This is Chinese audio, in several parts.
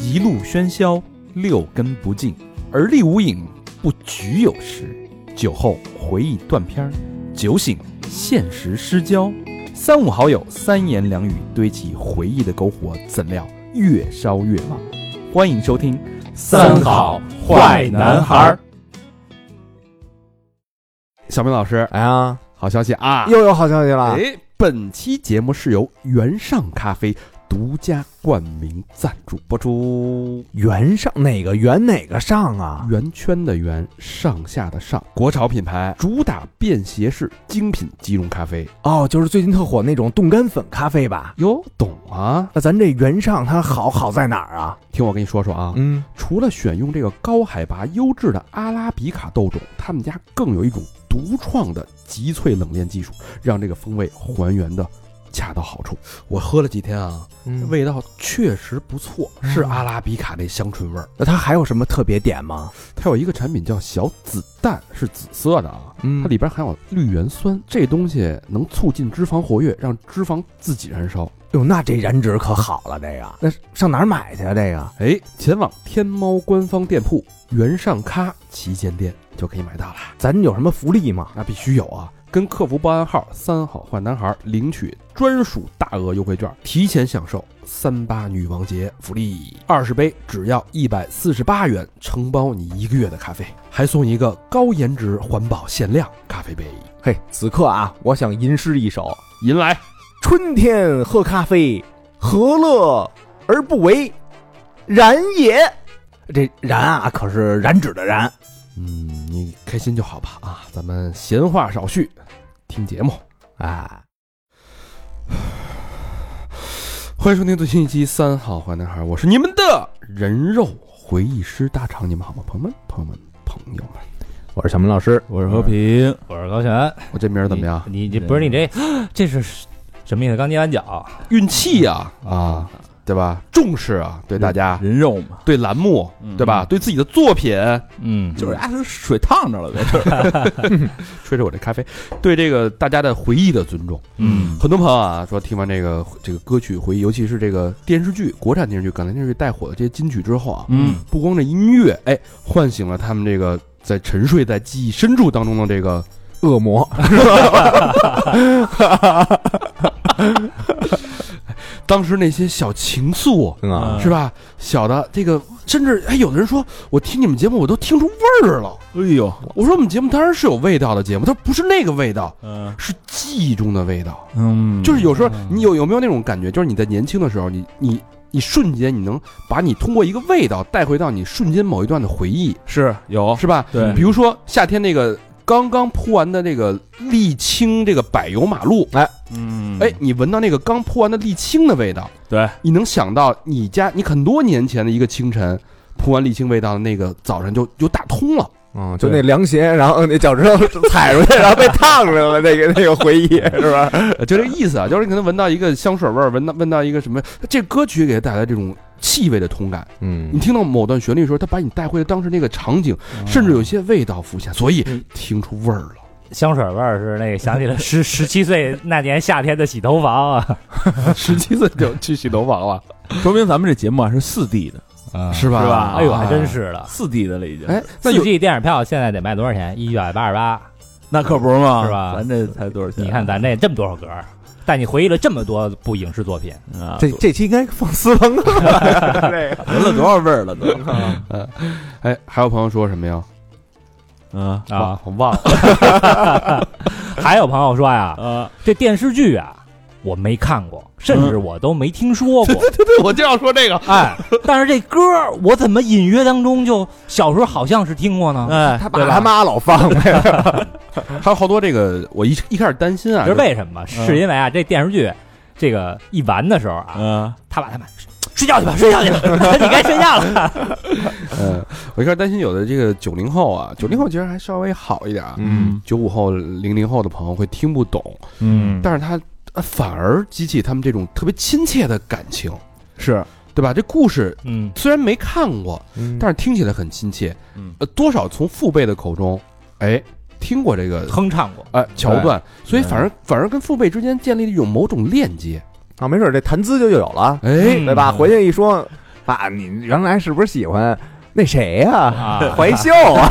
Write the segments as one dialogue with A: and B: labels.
A: 一路喧嚣，六根不净，而立无影，不局有时。酒后回忆断片儿，酒醒现实失焦。三五好友三言两语堆起回忆的篝火，怎料越烧越旺。欢迎收听《
B: 三好坏男孩儿》。
A: 小明老师，
B: 哎呀，
A: 好消息啊！
B: 又有好消息了！
A: 哎，本期节目是由原上咖啡独家冠名赞助播出，
B: 圆上哪个圆哪个上啊？
A: 圆圈的圆，上下的上，国潮品牌，主打便携式精品即溶咖啡。
B: 哦，就是最近特火那种冻干粉咖啡吧？
A: 哟，懂啊？
B: 那咱这圆上它好好在哪儿啊？
A: 听我跟你说说啊，
B: 嗯，
A: 除了选用这个高海拔优质的阿拉比卡豆种，他们家更有一种独创的极萃冷链技术，让这个风味还原的恰到好处。我喝了几天啊，
B: 为
A: 味道确实不错，
B: 嗯
A: 是阿拉比卡那香醇味儿。
B: 那它还有什么特别点吗？
A: 它有一个产品叫小紫蛋，是紫色的啊，
B: 嗯
A: 它里边含有绿原酸，这东西能促进脂肪活跃，让脂肪自己燃烧。
B: 哟，那这燃脂可好了，这个那上哪儿买去啊？这个
A: 哎，前往天猫官方店铺原上咖旗舰店就可以买到了。
B: 咱有什么福利吗？
A: 那必须有啊！跟客服报暗号“三好坏男孩”领取专属大额优惠券，提前享受三八女王节福利，二十杯只要一百四十八元，承包你一个月的咖啡，还送一个高颜值环保限量咖啡杯。
B: 嘿，此刻啊，我想吟诗一首：
A: 您来，
B: 春天喝咖啡，何乐而不为？然也。这燃啊，可是燃脂的燃。
A: 嗯，你开心就好吧啊！咱们闲话少叙，听节目。
B: 哎，
A: 欢迎收听最新一期《三好坏男孩》，我是你们的人肉回忆师大肠，你们好吗？朋友们，朋友们，朋友们，
B: 我是小明老师，
C: 我是和平，我是高璇，
A: 我这名儿怎么样？嗯
C: 你你不是你这这是什么意思？刚捏完脚嗯
A: 运气呀啊，对吧？重视啊，对大家，
D: 人肉嘛，
A: 对栏目，
D: 嗯
A: 对吧？对自己的作品，
C: 嗯，
D: 就是啊，水烫着了呗，就是
A: 吹着我这咖啡，对这个大家的回忆的尊重。
C: 嗯
A: 很多朋友啊说，听完这个这个歌曲回忆，尤其是这个电视剧，国产电视剧、港台电视剧带火的这些金曲之后啊，
C: 嗯，
A: 不光这音乐，哎，唤醒了他们这个在沉睡在记忆深处当中的这个
B: 恶 魔。
A: 当时那些小情愫。
B: 啊，
C: 嗯
A: 是吧？小的这个，甚至哎，有的人说我听你们节目，我都听出味儿了。
D: 哎呦，
A: 我说我们节目当然是有味道的节目，它不是那个味道，
C: 嗯
A: 是记忆中的味道。
D: 嗯
A: 就是有时候你有有没有那种感觉，就是你在年轻的时候，你你你瞬间你能把你通过一个味道带回到你瞬间某一段的回忆，
D: 是有，
A: 是吧？
D: 对
A: 比如说夏天那个刚刚铺完的那个沥青这个柏油马路，
D: 嗯
A: 哎，，你闻到那个刚铺完的沥青的味道，
D: 对，
A: 你能想到你家你很多年前的一个清晨。铺完沥青味道的那个早晨就就打通了，
B: 嗯，就那凉鞋，然后那脚趾头踩出去，然后被烫着了，那个那个 回忆是吧？
A: 呃就这个意思啊，就是你可能闻到一个香水味儿，闻到闻到一个什么，这歌曲给它带来这种气味的同感。你
B: 嗯，
A: 听到某段旋律的时候，它把你带回了当时那个场景，
C: 哦
A: 甚至有些味道浮现，所以
D: 嗯
A: 听出味儿了。
C: 香水味儿是那个想起了十十七岁那年夏天的洗头房 啊，
A: 十七岁就去洗头房了，
D: 说明咱们这节目啊是四 D 的，
A: 是吧？
D: 啊是吧
C: 哎呦还真。是的。
D: 四 D 的了已经，
A: 哎，那
C: 四
A: 有
C: G 电影票现在得卖多少钱？一百八十八。
D: 那可不是嘛，
C: 是吧
D: 咱这才多少钱？啊
C: 你看咱这这么多首歌，带你回忆了这么多部影视作品，
D: 啊，
B: 这这期应该放私 房歌吧？这个
D: 闻了多少味儿了 都，
A: 哎，还有朋友说什么呀？
D: 嗯
C: 啊，
A: 我忘了。
C: 还有朋友说呀，
D: 啊，
C: 这电视剧啊，我没看过，甚至我都没听说过。
A: 嗯 对，我就要说这个。
C: 哎，但是这歌儿我怎么隐约当中就小时候好像是听过呢？
D: 哎，
B: 嗯他爸他妈老放 呗。
A: 还有好多这个，我一一开始担心啊，
C: 你知
A: 就
C: 道为什么吗？是因为啊，这电视剧这个一完的时候啊，
D: 嗯，
C: 他把他们睡觉去吧，睡觉去 吧， 你该睡觉了。
A: 嗯，我一开始担心有的这个九零后啊，九零后其实还稍微好一点啊，
D: 嗯
A: 九五后、零零后的朋友会听不懂，
D: 嗯
A: 但是他呃反而激起他们这种特别亲切的感情，
D: 是
A: 对吧？这故事
C: 嗯，
A: 虽然没看过，但是听起来很亲切。
D: 嗯
A: 呃，多少从父辈的口中，哎，听过这个
C: 哼唱过，
A: 呃桥段，所以反而反而跟父辈之间建立了一种某种链接。
B: 啊，没准这谈资就有了，
A: 哎，
C: 嗯
B: 对吧？回去一说，爸，啊你原来是不是喜欢那谁呀、
A: 啊
B: 怀秀啊？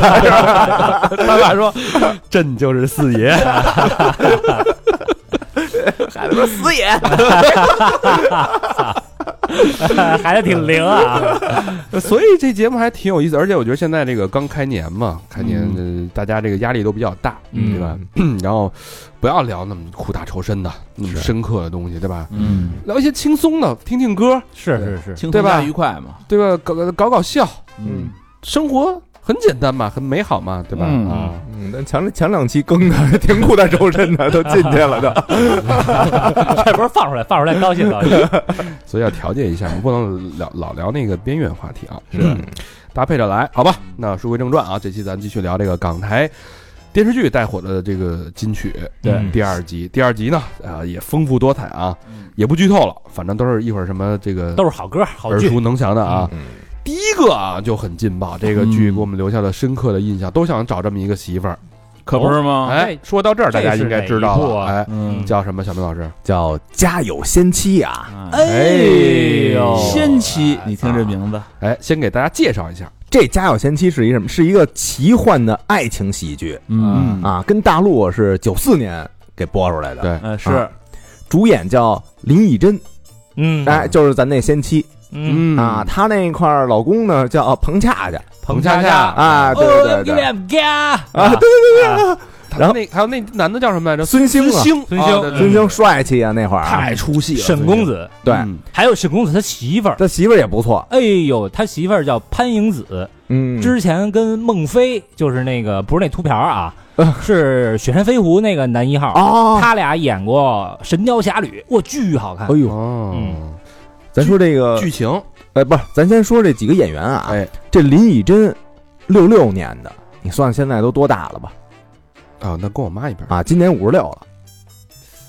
A: 他 爸说：“朕就是四爷。
B: 孩子说 死也，
C: 孩子挺灵啊，”
A: 所以这节目还挺有意思，而且我觉得现在这个刚开年嘛，开年、呃大家这个压力都比较大，
C: 嗯
A: 对吧？ 然后不要聊那么苦大仇深的、那么深刻的东西，对吧？
D: 嗯，
A: 聊一些轻松的，听听歌，
C: 是是是，
D: 轻
A: 对
D: 松
A: 吧
D: 加愉快嘛，
A: 对吧？搞搞搞笑，
B: 嗯
A: 生活很简单嘛，很美好嘛，对吧？
D: 嗯
A: 啊，
B: 嗯，但前前两期更的挺苦大仇深的，都进去 了都。
C: 这不是放出来，放出来高兴高兴，
A: 所以要调节一下，我们不能聊老聊那个边缘话题啊，
D: 是
A: 搭配着来，好吧？那书归正传啊，这期咱继续聊这个港台电视剧带火的这个金曲，
C: 对
A: 第二集，第二集呢，啊、也丰富多彩啊，也不剧透了，反正都是一会儿什么这个
C: 都是好歌好
A: 耳
C: 剧，
A: 熟能详的啊。
B: 嗯
A: 第一个啊就很劲爆，这个剧
D: 嗯
A: 给我们留下了深刻的印象，都想找这么一个媳妇儿。
D: 可不是吗？
A: 哎，说到这儿，大家应该知道
C: 这是哪一部
A: 了，
C: 啊
A: 哎，
D: 嗯，
A: 叫什么？小明老师，
B: 叫家有仙妻啊，
C: 哎呦
D: 仙妻，你听这名字，
A: 哎，先给大家介绍一下，
B: 这家有仙妻是一什么？是一个奇幻的爱情喜剧
D: 嗯
B: 啊，跟大陆是九四年给播出来的，
A: 对，
D: 呃，是
B: 啊主演叫林以真，
C: 嗯
B: 哎，就是咱那仙妻
C: 嗯，
B: 啊，她那块儿老公呢叫啊彭恰恰
A: 彭恰恰，
C: 哦
B: 啊，对对对对，
C: 啊，对对对，
A: 然后那还有那男的叫什么来着？
B: 孙兴啊，
A: 兴，
C: 孙
A: 啊
C: 兴哦
A: 对对
B: 孙兴帅气啊，那会儿啊
A: 太出戏了，
C: 沈公子，
B: 对，
A: 嗯
C: 还有沈公子他媳妇儿，
B: 他媳妇儿也不错，
C: 哎呦，他媳妇儿叫潘迎紫，
B: 嗯，
C: 之前跟孟非就是那个不是那秃瓢儿啊
B: 呃，
C: 是《雪山飞狐》那个男一号，
B: 哦，
C: 他俩演过《神雕侠侣》，哇，巨好看
B: 哎。呦，
A: 哦，
B: 咱说这个
A: 剧情
B: 呃，不是，咱先说这几个演员啊。
A: 哎，
B: 这林以真，六六年的，你算现在都多大了吧？
A: 啊，那跟我妈一边儿，
B: 啊，今年五十六了。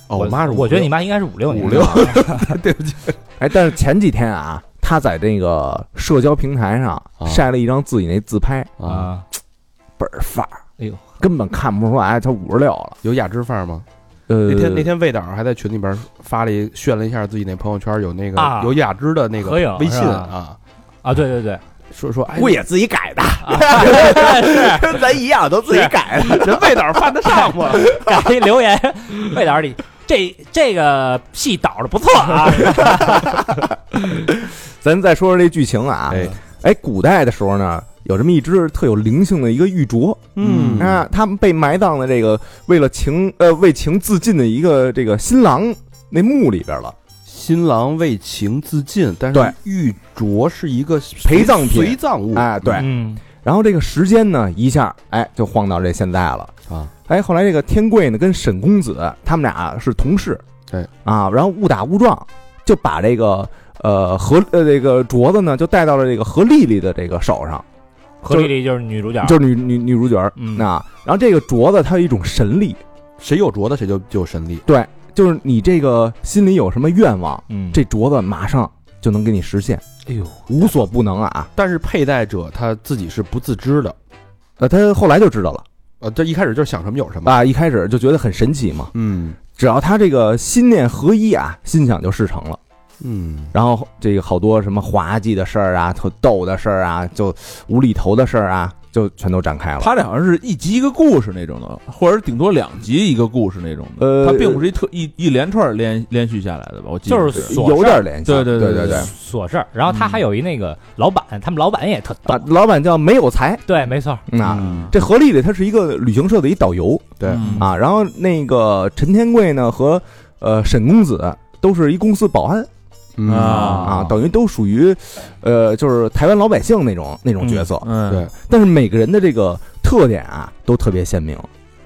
A: 哦，我妈是
C: 我觉得你妈应该是五六年，
A: 五六， 对不起，
B: 哎，但是前几天啊，他在这个社交平台上
A: 啊
B: 晒了一张自己那自拍，
A: 啊，
C: 啊，
B: 倍儿范儿。
C: 哎呦，
B: 根本看不出来他五十六了。
A: 有雅致范儿吗？
B: 呃，
A: 那天那天魏导还在群里边发了一炫了一下自己那朋友圈，有那个
C: 啊
A: 有雅致的那个
C: 合影
A: 微信
C: 是吧
A: 啊，
C: 啊，对对对，
A: 说说哎，
B: 我也自己改 的， 跟咱一样，都自己改的。
A: 人魏 导犯得上吗？
C: 改一哎留言，魏导你这这个戏导的不错 啊，
B: 咱再说说这剧情啊，
A: 哎，
B: 哎，古代的时候呢，有这么一只特有灵性的一个玉镯，
A: 嗯
B: 啊，他们被埋葬在这个为了情呃为情自尽的一个这个新郎那墓里边了。
A: 新郎为情自尽，但
B: 对
A: 是玉镯是一个
B: 陪葬品
A: 随葬物
B: 哎，对，
C: 嗯，
B: 然后这个时间呢一下哎就晃到这现在了。
A: 啊，
B: 哎，后来这个天贵呢跟沈公子他们俩是同事，
A: 哎
B: 啊，然后误打误撞就把这个呃和呃这个镯子呢就戴到了这个何丽丽的这个手上，
C: 何丽丽就是女主角，
B: 就是女女女主角儿。
C: 嗯
B: 那然后这个镯子它有一种神力，
A: 谁有镯子谁就就有神力，
B: 就是你这个心里有什么愿望，
C: 嗯，
B: 这镯子马上就能给你实现。
C: 哎呦，
B: 无所不能啊！
A: 但是佩戴者他自己是不自知的，
B: 呃，他后来就知道了
A: 呃，这一开始就是想什么有什么，
B: 啊，一开始就觉得很神奇嘛。
A: 嗯
B: 只要他这个心念合一啊，心想就事成了。
A: 嗯，
B: 然后这个好多什么滑稽的事儿啊，特逗的事儿啊，就无厘头的事儿啊，就全都展开了。
D: 他这好像是一集一个故事那种的，或者顶多两集一个故事那种的。
B: 呃
D: 它并不是一特一一连串连连续下来的吧？我记得
C: 就是琐
B: 有点联系，
D: 对
B: 对
D: 对对
B: 对
D: 对
C: 琐事儿。然后他还有一那个老板，他们老板也特逗
B: 啊，，老板叫没有才
C: 对，没错，
B: 嗯啊。
D: 嗯
B: 这何丽丽她是一个旅行社的一导游
A: 对，
D: 嗯
B: 啊，然后那个陈天贵呢和呃沈公子都是一公司保安
A: 嗯
D: 啊
B: 啊，等于都属于呃就是台湾老百姓那种那种角色，
D: 嗯
A: 对，
B: 但是每个人的这个特点啊都特别鲜明。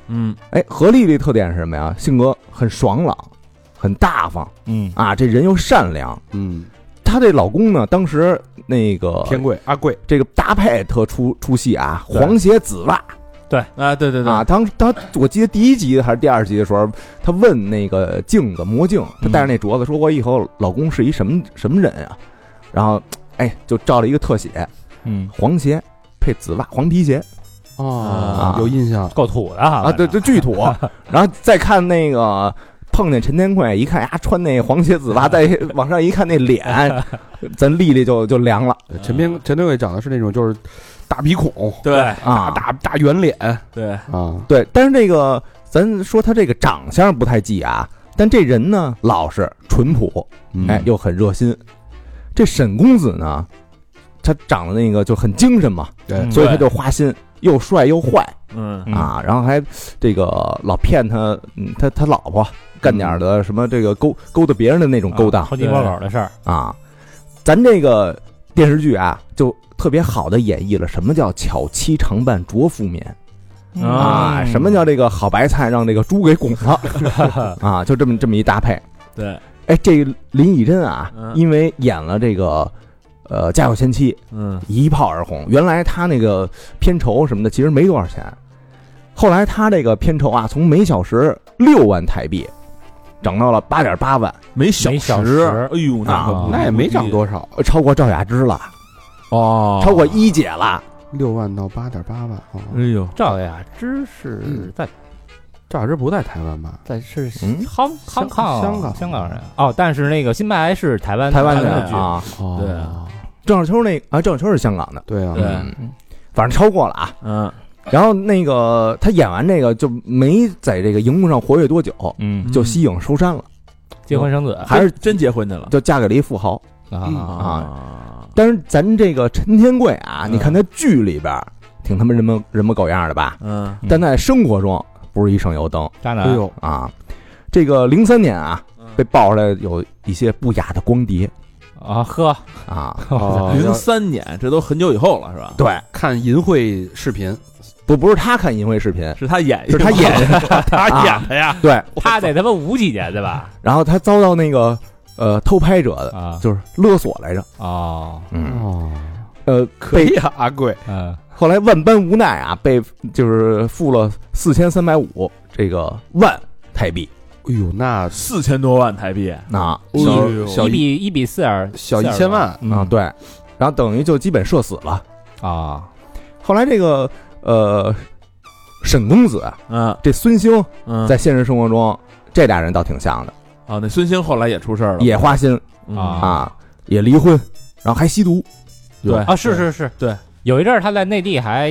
D: 嗯
B: 哎，何丽丽特点是什么呀？性格很爽朗，很大方
C: 嗯，
B: 啊，这人又善良。
A: 嗯，
B: 她这老公呢，当时那个
A: 天贵阿贵，
B: 这个搭配特出出戏啊，
A: 对
B: 黄鞋紫袜
D: 啊对对对
B: 啊。当他我记得第一集还是第二集的时候，她问那个镜子魔镜，她戴着那镯子说：“我以后老公是一什么什么人啊？”然后哎，就照了一个特写，
C: 嗯，啊
B: 黄鞋配紫袜，黄皮鞋。
A: 哦有印象，
C: 够土的哈啊
B: 啊 啊，对，，这巨土。然后再看那个《碰见陈天贵，一看呀，啊穿那黄 鞋紫袜，再往上一看那脸，咱丽丽就就凉了
A: 对陈天陈天贵长得是那种就是大鼻孔、
D: 对
A: 大
B: 啊。
A: 大大圆脸
D: 对，
A: 啊，
B: 对，但是这个咱说他这个长相不太济啊，但这人呢老实淳朴，
A: 嗯
B: 哎，又很热心。这沈公子呢，他长得那个就很精神嘛，
A: 对
C: 嗯
B: 所以他就花心，又帅又坏
D: 嗯
C: 嗯
B: 啊，然后还这个老骗他，嗯他他老婆干点儿的什么这个勾勾搭别人的那种勾当
C: 啊偷鸡摸狗的事儿，
B: 啊。咱这个电视剧啊，就特别好的演绎了什么叫巧妻常伴拙夫眠
C: 嗯
B: 啊，什么叫这个好白菜让这个猪给拱了啊，就这么这么一搭配。
D: 对，
B: 哎，这个林以真啊
D: 嗯，
B: 因为演了这个呃《家有仙妻》，
D: 嗯
B: 一炮而红。原来他那个片酬什么的其实没多少钱，后来他这个片酬啊，从每小时六万台币涨到了八点八万，啊
D: 没小
C: 没小
D: 时
C: 时
D: 哎呦，那可不
A: 那也没长多少，
B: 呃超过赵雅芝了，
D: 哦，
B: 超过一姐了。
A: 六万到八点八万啊。嗯
D: 哎呦，
C: 赵雅芝是在
A: 赵小芝不在台湾吧？
C: 在是
B: 嗯
C: 香香
A: 香
C: 港啊
A: 香港
C: 香港人哦，但是那个辛巴莱是台湾
B: 台湾
C: 的
B: 的
C: 剧，
B: 啊，
A: 哦，
B: 郑少秋那啊，郑少秋是香港的，
A: 对啊，
D: 对
B: 嗯，反正超过了啊。
D: 嗯
B: 然后那个他演完这个就没在这个荧幕上活跃多久，
C: 嗯，
B: 就息影收山了，
C: 结婚生子
B: 还是
D: 真结婚去了
B: 就嫁给了一富豪。嗯
C: 啊，
D: 啊，
B: 但是咱这个陈天贵啊，
D: 嗯
B: 你看他剧里边儿挺他妈人模人模狗样的吧，
D: 嗯
C: 嗯
B: 但在生活中不是一省油灯
C: 渣
A: 哎
C: 男，嗯
A: 呦，
B: 啊。这个零三年啊，被爆出来有一些不雅的光碟
C: 啊呵，
B: 啊，
A: 哦
D: 零
A: 要
D: 三年，这都很久以后了，是吧？，
B: 对，
A: 看淫秽视频，
B: 不不是他看淫秽视频，
D: 是他
C: 哎
D: 演，
B: 是他 演，
D: 他演的呀，
B: 对，
C: 他得他妈五几年的吧？
B: 然后他遭到那个呃偷拍者的
C: 啊
B: 就是勒索来着，
C: 哦，
B: 嗯，
A: 哦，
B: 呃，
A: 可
B: 被
A: 以啊，阿贵，
C: 嗯，
B: 后来万般无奈啊，被就是付了四千三百五这个万台币
A: 哎呦，那
D: 四千多万台币，
B: 啊，
A: 哎呦
D: 小
A: 小
C: 一比一比四点
A: 小一千万，
B: 啊，对，然后等于就基本社死了。
C: 啊，
B: 后来这个呃，沈公子啊
D: 嗯
B: 这孙兴
D: 嗯，
B: 在现实生活中，这俩人倒挺像的，
D: 啊，那孙兴后来也出事儿了，
B: 也花心
D: 嗯
C: 啊
B: 啊，也离婚，然后还吸毒
D: 对
C: 啊，是是是，
D: 对，
C: 有一阵儿他在内地还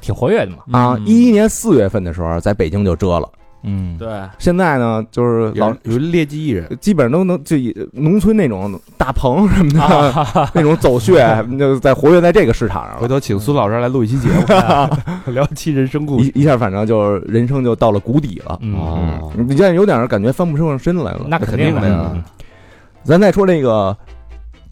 C: 挺活跃的嘛，
B: 啊。
D: 嗯
B: 一一年四月份的时候，在北京就折了。
C: 嗯，
D: 对，
B: 现在呢，就是老
A: 有有劣迹艺人，
B: 基本上都能就以农村那种大棚什么的、 那种走穴，就在活跃在这个市场上
A: 回
B: 了。
A: 头请苏老师来录一期节 目，聊期人生故事。
B: 一一下，反正就是人生就到了谷底了。
C: 嗯，
A: 哦
B: 嗯，你现在有点感觉翻不上身来了。
C: 那肯定
A: 肯定的呀
C: 嗯
B: 咱再说这个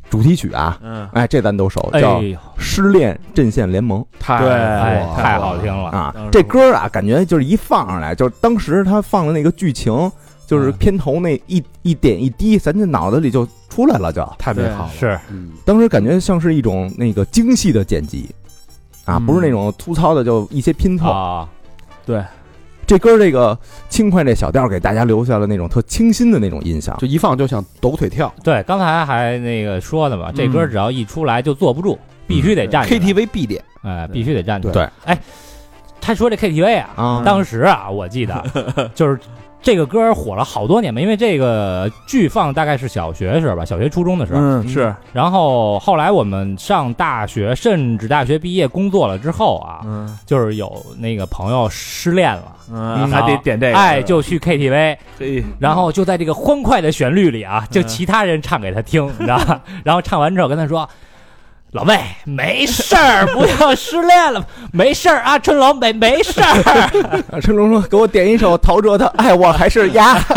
B: 主题曲啊，
D: 嗯，
B: 哎，这咱都熟，
C: 哎
B: 叫
C: 呦，
B: 《失恋阵线联盟
A: 太
D: 对
C: 哎
D: 哇，
C: 太好听了，》
B: 啊
D: 当时。
B: 这歌啊，感觉就是一放上来，就是当时他放的那个剧情，就是
C: 嗯
B: 片头那一一点一滴，咱这脑子里就出来了就，
A: 太美好了，
C: 是
A: 嗯，
B: 当时感觉像是一种那个精细的剪辑，啊，
D: 嗯
B: 不是那种粗糙的就一些拼凑。
C: 啊，
B: 这歌这个轻快这小调给大家留下了那种特清新的那种印象。
A: 就一放就想抖腿跳
C: 对，刚才还那个说呢嘛，这歌只要一出来就坐不住，必须得站起来
A: ，KTV 必点，
C: 哎，必须得站起来。
B: 对，
C: 哎，他说这 KTV 啊，
B: 啊
C: 当时啊，我记得就是这个歌火了好多年嘛，因为这个剧放大概是小学时候吧，小学初中的时候，
D: 嗯是，
C: 然后后来我们上大学，甚至大学毕业工作了之后啊，
D: 嗯
C: 就是有那个朋友失恋了，
D: 嗯，
C: 然
D: 还
C: 后
D: 得点这个，
C: 哎，就去 KTV，
D: 嘿，
C: 然后就在这个欢快的旋律里
A: 嗯
C: 啊，就其他人唱给他听，你知道吧？ 然后唱完之后跟他说：“老妹，没事儿，不要失恋了， 没事儿啊，春龙没没事儿。
B: 啊成龙说：“给我点一首陶喆的《爱我还是鸭》。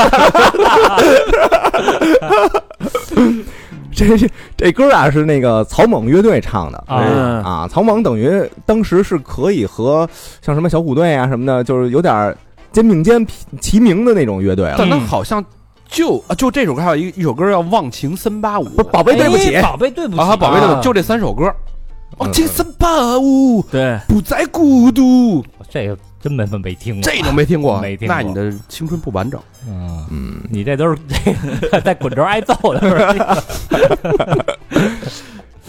B: 这”这这歌啊是那个草蜢乐队唱的
C: 啊
D: 嗯
B: 啊，草蜢等于当时是可以和像什么小虎队啊什么的，就是有点肩并肩齐齐名的那种乐队了。
A: 但他好像就啊，就这首歌还有一一首歌叫《忘情森巴舞》，
B: 不，宝贝，对不起哦
C: 哎宝贝，对不起，
A: 啊，宝贝
B: 对不
A: 的
B: 起
A: 就这三首歌，《忘情森巴舞》
D: 对，
A: 不再孤独，
C: 这个真没没听过，
A: 这都没听过，
C: 没听过
A: 那你的青春不完整。
C: 嗯，
B: 嗯，
C: 你这都是这个在滚轴挨揍的，是吧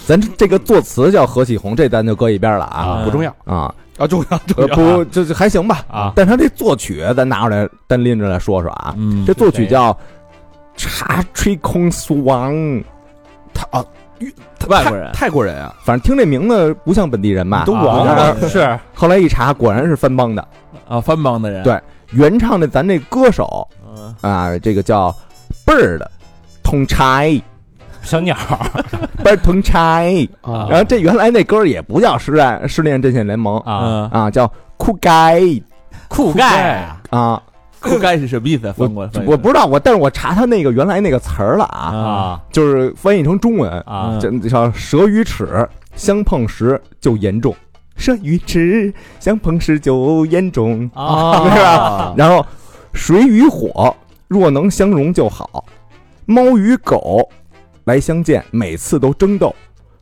B: 咱这这个作词叫何启宏，这咱就搁一边了啊
C: 啊
A: 不重要
B: 啊，
A: 啊，重要重
B: 呃
A: 要。
B: 不就是还行吧
C: 啊
B: 但他这作曲咱拿出来单拎着来说说啊，
D: 嗯
B: 这作曲叫《茶吹空王》，
A: 他啊，
D: 外国人
A: 泰泰国人啊，
B: 反正听这名字不像本地人吧
A: 都？
C: 王
A: 王
C: 了
A: 了，
C: 是
B: 后来一查，果然是番邦的。
D: 啊，番邦的人，
B: 对原唱的咱这歌手
D: 嗯，
B: 啊，这个叫 Bird 通差
C: 小 鸟，
B: ，Bird 通差。
A: 啊
B: 然后这原来那歌也不叫《失恋失恋阵线联盟》
C: 啊，
D: 嗯，
B: 啊，叫酷盖
C: 酷盖啊
B: 啊。
D: 酷盖是什么意思啊？
B: 我
D: 翻过来，翻译
B: 我不知道，我但是我查他那个原来那个词儿了啊，
D: 啊，
C: 啊
B: 就是翻译成中文
C: 啊
B: 这叫蛇与齿相碰时就严重，蛇与齿相碰时就严重，
C: 啊，
B: 是吧？然后水与火若能相融就好，猫与狗来相见，每次都争斗，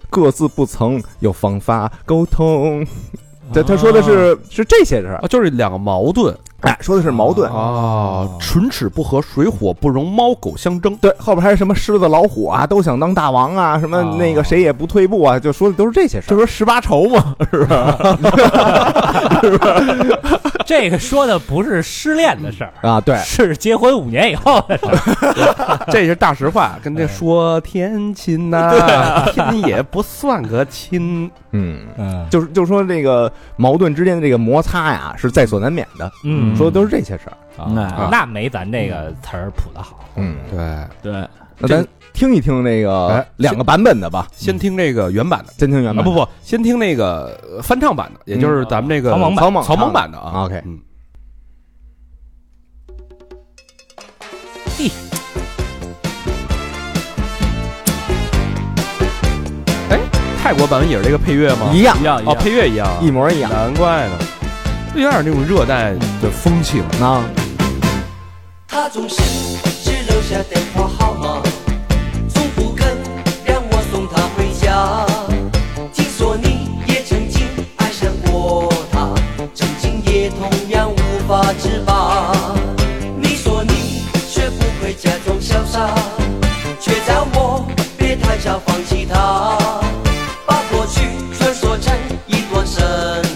B: 各自不曾有方法沟通。这他说的是是这些事儿，
A: 啊，就是两个矛盾
B: 哎，说的是矛盾。
A: 啊，唇齿不合，水火不容，猫狗相争。
B: 对，后边还有什么狮子、老虎啊，都想当大王啊，什么那
A: 哦
B: 个谁也不退步啊，就说的都是这些事儿。
D: 这不是十八愁 吗？
C: 这个说的不是失恋的事儿，
B: 啊，对，
C: 是结婚五年以后的事儿。
A: 这是大实话，跟
B: 哎
A: 这说天亲呐、 啊天也不算个亲。
B: 啊嗯，
C: 嗯
B: 就是就是说这个矛盾之间的这个摩擦呀，是在所难免的。
C: 嗯，
B: 说的都是这些事儿。
A: 嗯
C: 啊那没咱这个词儿谱的好。
B: 嗯，
A: 对，
D: 对，
B: 那咱听一听那个
A: 哎
B: 两个版本的吧，
A: 先听这个原版的。
B: 真听原
A: 啊
B: 版。
A: 不不，先听那个呃翻唱版的，也就是咱们这个
C: 嗯
A: 草蜢草
B: 草蜢版
A: 蜢版的啊。
B: OK
A: 嗯，哎，泰国版也是这个配乐吗？
B: 一样，
D: 一样
A: 哦，配乐一样啊，
B: 一模一样。
A: 难怪呢，有点那种热带的风情。
B: 那
E: 他总是只留下电话号码，从不肯让我送他回家。听说你也曾经爱上过他，曾经也同样无法自拔。你说你学不会假装潇洒，却叫我别太早放弃他。把过去穿梭成一段神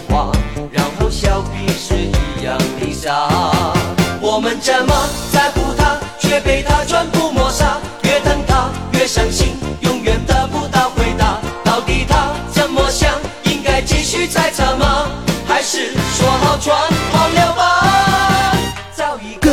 E: 话，然后笑彼此一样的傻。我们这么在乎他，却被他全部抹杀。越等他越伤心，永远得不到回答。到底他怎么想？应该继续猜测吗？还是说好全忘了吧？找一个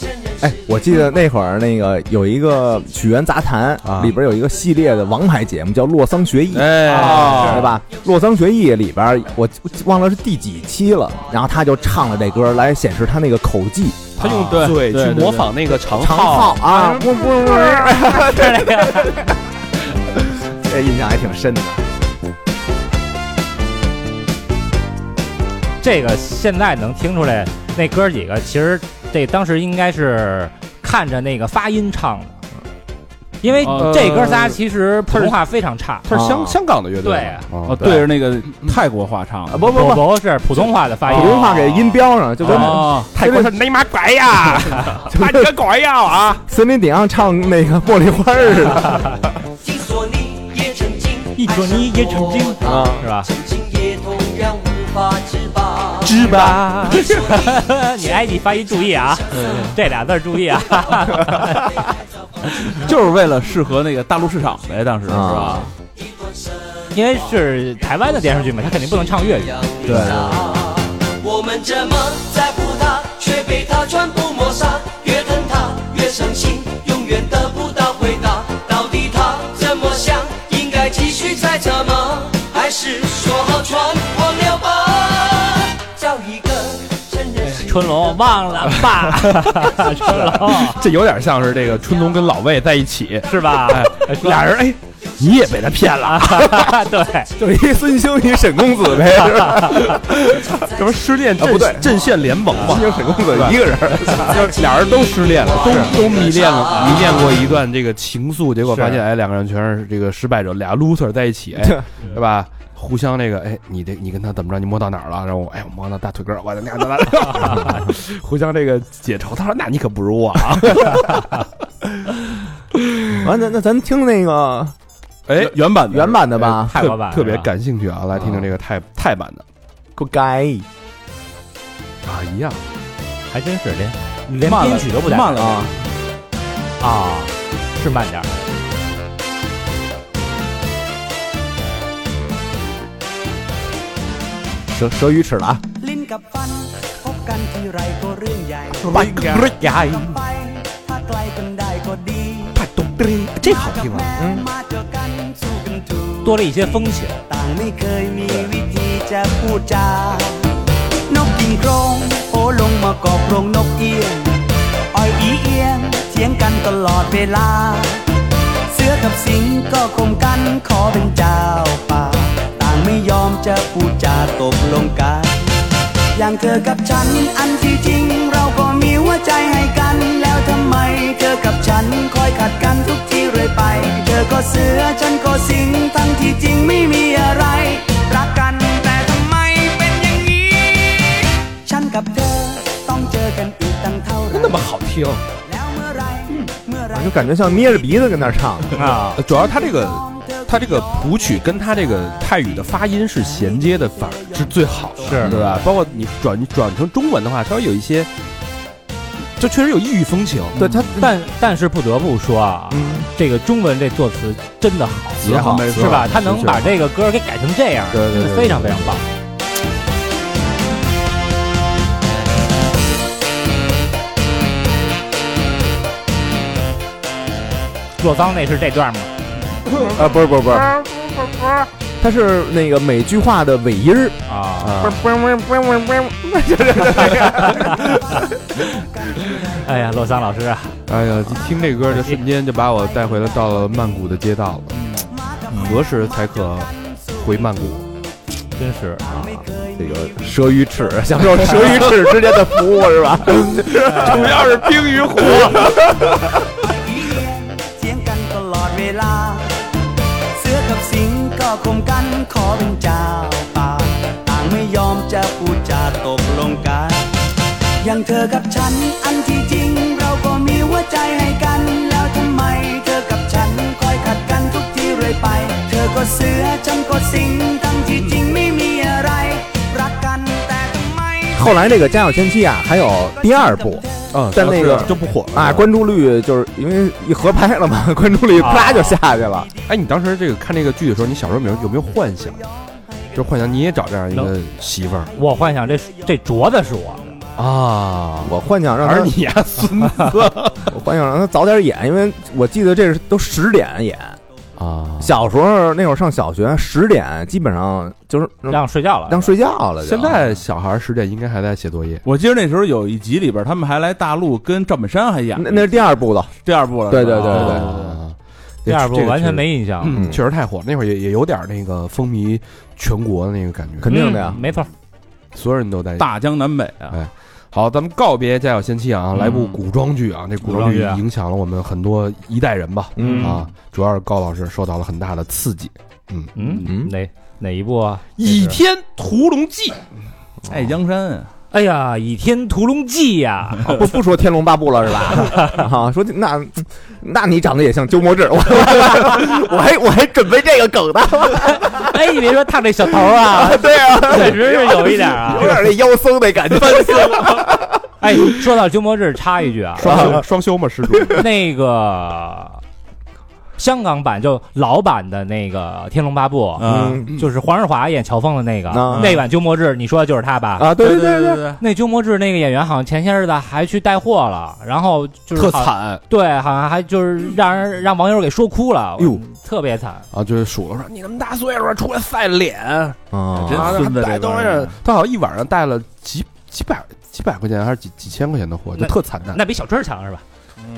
E: 真人是
B: 哎，我记得那会儿那个有一个《曲苑杂谈》
A: 啊
B: 里边有一个系列的王牌节目叫《洛桑学艺》。
A: 哎，
B: 对吧？《洛桑学艺》里边，我我忘了是第几期了，然后他就唱了这歌来显示他那个口技，
A: 他用
B: 啊
D: 对
A: 嘴
D: 对
A: 去
D: 对
A: 模仿那个长
B: 长
A: 号
B: 号啊，不 不不，
C: 是那个
B: 这印象还挺深的。
C: 这个现在能听出来，那哥几个其实这当时应该是看着那个发音唱的，因为
B: 哦
D: 呃
C: 这哥仨其实普通话非常差。
A: 他是香
B: 啊
A: 香港的乐
C: 对
A: 队吧，
D: 哦，
A: 哦
D: 对着那个泰国话唱的，
B: 啊不不
C: 不
B: 不，
C: 不是普通话的发音
B: 普，通话给音标上，就跟
D: 哦，
A: 泰国是你妈拐
B: 啊
A: 呀，
B: 就
A: 他
B: 跟
A: 你个拐呀啊！
B: 森林顶上唱那个茉莉花似的。
E: 听说你也曾经
C: 一说你也曾经
E: 啊，
C: 是吧？
E: 曾经也同样无法自拔。
A: 知吧？
C: 你哎，你发音注意啊，这俩字儿注意啊。
D: 就是为了适合那个大陆市场呗，当时是吧
B: 啊？
C: 因为是台湾的电视剧嘛，他肯定不能唱粤语。
E: 对。我们这么在乎他，却被他全部抹杀。越疼他越伤心，永远得不到回答。到底他怎么想？应该继续猜测吗？还是说好全忘了吧？找一个真人是
C: 春龙忘了吧，春龙
A: 这有点像是这个春龙跟老魏在一起，
C: 是吧？
A: 俩人哎，你也被他骗了，
C: 对，
B: 就是一孙兴与沈公子 呗，是吧？
A: 这不是失恋
B: 啊不对
A: 阵阵线联盟吗
B: 孙？兴沈 公子一个人儿，
A: 就是俩人都失恋了，都都迷恋了，迷恋过一段这个情愫，结果
C: 是
A: 发现哎，两个人全是这个失败者，俩 loser 在一起，哎，对吧？互相那个，哎，你这你跟他怎么着？你摸到哪儿了？然后我，哎，我摸到大腿根儿，我的那那那， 互相这个解愁。他说：“那你可不 如我啊
B: 完，那那咱听那个
A: 哎，
D: 原版的
B: 原版的吧？
C: 泰国版
A: 特别
C: 是吧
A: 感兴趣啊，来听听这个泰泰版的
B: 不该
A: 啊，一样。
C: 还真是连连
D: 慢了
C: 编曲都不带
D: 慢了
B: 啊，
C: 啊，是慢点儿。
B: 蛇蛇鱼齿了啊！
F: ลิ้นกับฟันพบกันทีไรก็เรื่องใหญ่
B: 拜拜拜
F: กลับไปถ้าไกลกันได้ก็ดี
A: 这好听啊！
F: แม่มาเจอกันสู้กันถูก
C: 多了一些风情，
F: ต่างไม่เคยมีวิธีจะพูดจานกกินโครงโอลงมากอบโรงนกเอียงอ้อยอีเอียงเถียงกันตลอดเวลา เสือกับสิงก็คมกันขอเป็นเจ้าป่า ต่างไม่ยอมจะพูดจาตกลงกัน อย่างเธอกับฉันอันที่จริง เราก็มีหัวใจให้กัน แล้วทำไม เธอกับฉันคอยขัดกันทุกทีเรื่อยไป เธอก็เสือฉันก็สิงทั้งที่จริงไม่มีอะไร รักกันแต่ทำไมเป็นอย่างนี้ ฉันกับเธอต้องเจอกันอีกตั้งเท่าไหร่
A: 那么好听，
F: แล้วเมื่อไหรเมื่อไหร
A: 嗯
B: 就感觉像捏着鼻子跟那儿唱。
C: 啊，
A: 呃主要他这个他这个谱曲跟他这个泰语的发音是衔接的，反而是最好的，
C: 是
A: 对吧？包括你转你转成中文的话，稍微有一些，这确实有异域风情。
B: 对他，
C: 但但是不得不说啊，这个中文这作词真的好，
B: 也好
D: 没错
C: 是吧？他能把这个歌给改成这样，
A: 对对对
C: 真的非常非常棒。洛桑那是这段吗？
B: 啊，不是不是不是，他是那个每句话的尾音儿，
C: 啊，
B: 啊
C: 哎呀，洛桑老师啊，
A: 哎呀，一听这歌就瞬间就把我带回了到了曼谷的街道了。
C: 嗯
A: 何时才可回曼谷？
C: 真是啊，
B: 这个 蛇与齿，享受 蛇与齿之间的服务是 吧？
A: 主要是冰与火。
F: อีเอียงเถียงกันตลอดเวลา เสือกับสิงก็คมกันขอเป็นเจ้าป่าต่างไม่ยอมจะพูดจาตกลงกัน อย่างเธอกับฉันอันที่จริง เราก็มีหัวใจให้กัน แล้วทำไม เธอกับฉันคอยขัดกันทุกทีเรื่อยไป เธอก็เสือฉันก็สิงทั้งที่จริงไม่มีอะไร รักกันแต่ทำไม
B: 后来那个《家有千妻》啊，还有第二部
A: 嗯，
B: 但那个
A: 就不火了
B: 啊，关注率就是因为一合拍了嘛， 关注率啪就下去了。
A: 啊哎，你当时这个看这个剧的时候，你小时候有没有有没有幻想？就幻想你也找这样一个媳妇儿
C: 我幻想这这镯子是我的，
A: 啊？
B: 我幻想让
A: 而
B: 他，
A: 你呀、孙子
B: 我幻想让他早点演，因为我记得这是都十点演。
A: 啊！
B: 小时候那会儿上小学，十点基本上就是让
C: 让睡觉了。
B: 让睡觉了就。
A: 现在小孩十点应该还在写作业，
D: 我记得那时候有一集里边，他们还来大陆跟赵本山还演
B: 那那是第二部的，
D: 第二部了。
B: 对
D: 是吧哦
B: 对对对对
A: 啊
C: 第二部
A: 这个
C: 完
A: 确
C: 全
A: 实
C: 没印象，
A: 嗯，
B: 嗯
A: 确实太火了。那会儿也也有点那个风靡全国的那个感觉，
B: 肯定的呀
C: 嗯。没错。
A: 所有人都在。
D: 大江南北啊，
A: 哎好，咱们告别《家有仙妻》啊，来部
D: 嗯
A: 古装剧啊。这古装
C: 古
A: 剧
C: 装剧啊
A: 影响了我们很多一代人吧？
B: 嗯
A: 啊，主要是高老师受到了很大的刺激，
C: 嗯
B: 嗯，
C: 哪哪一部啊？
A: 《倚天屠龙记》
D: 爱江山啊，
C: 哎呀，《倚天屠龙记》 呀，
B: 啊不不说《天龙八部》了是吧？ 啊，说那那你长得也像鸠摩智， 我 我还我还准备这个梗呢，
C: 哎，你别说烫这小头啊，
B: 对啊，
C: 确实是有一点啊
B: 有。点那妖僧 那感觉。
C: 哎，说到鸠摩智，插一句啊，
A: 双休双休 嘛，施主。
C: 那个香港版就老版的那个《天龙八部》，啊
D: 嗯
B: 嗯
C: 就是黄日华演乔峰的那个
B: 啊
C: 那版鸠摩智，你说的就是他吧？
B: 啊，对
D: 对
B: 对
D: 对
B: 对，
D: 对，
C: 那鸠摩智那个演员好像前些日子还去带货了，然后就是
A: 特
C: 好，
A: 惨
C: 对，好像还就是让人让网友给说哭了，
B: 哟，
C: 特别惨。
A: 啊！就是数了说你那么大岁数了出来晒脸，
B: 啊
D: 真
A: 啊
D: 孙子
A: 还带
D: 这帮
A: 东
D: 人
A: 西，他好像一晚上带了几几百几百块钱还是几几千块钱的货，就
C: 那
A: 特惨淡。
C: 那比小春儿强是吧？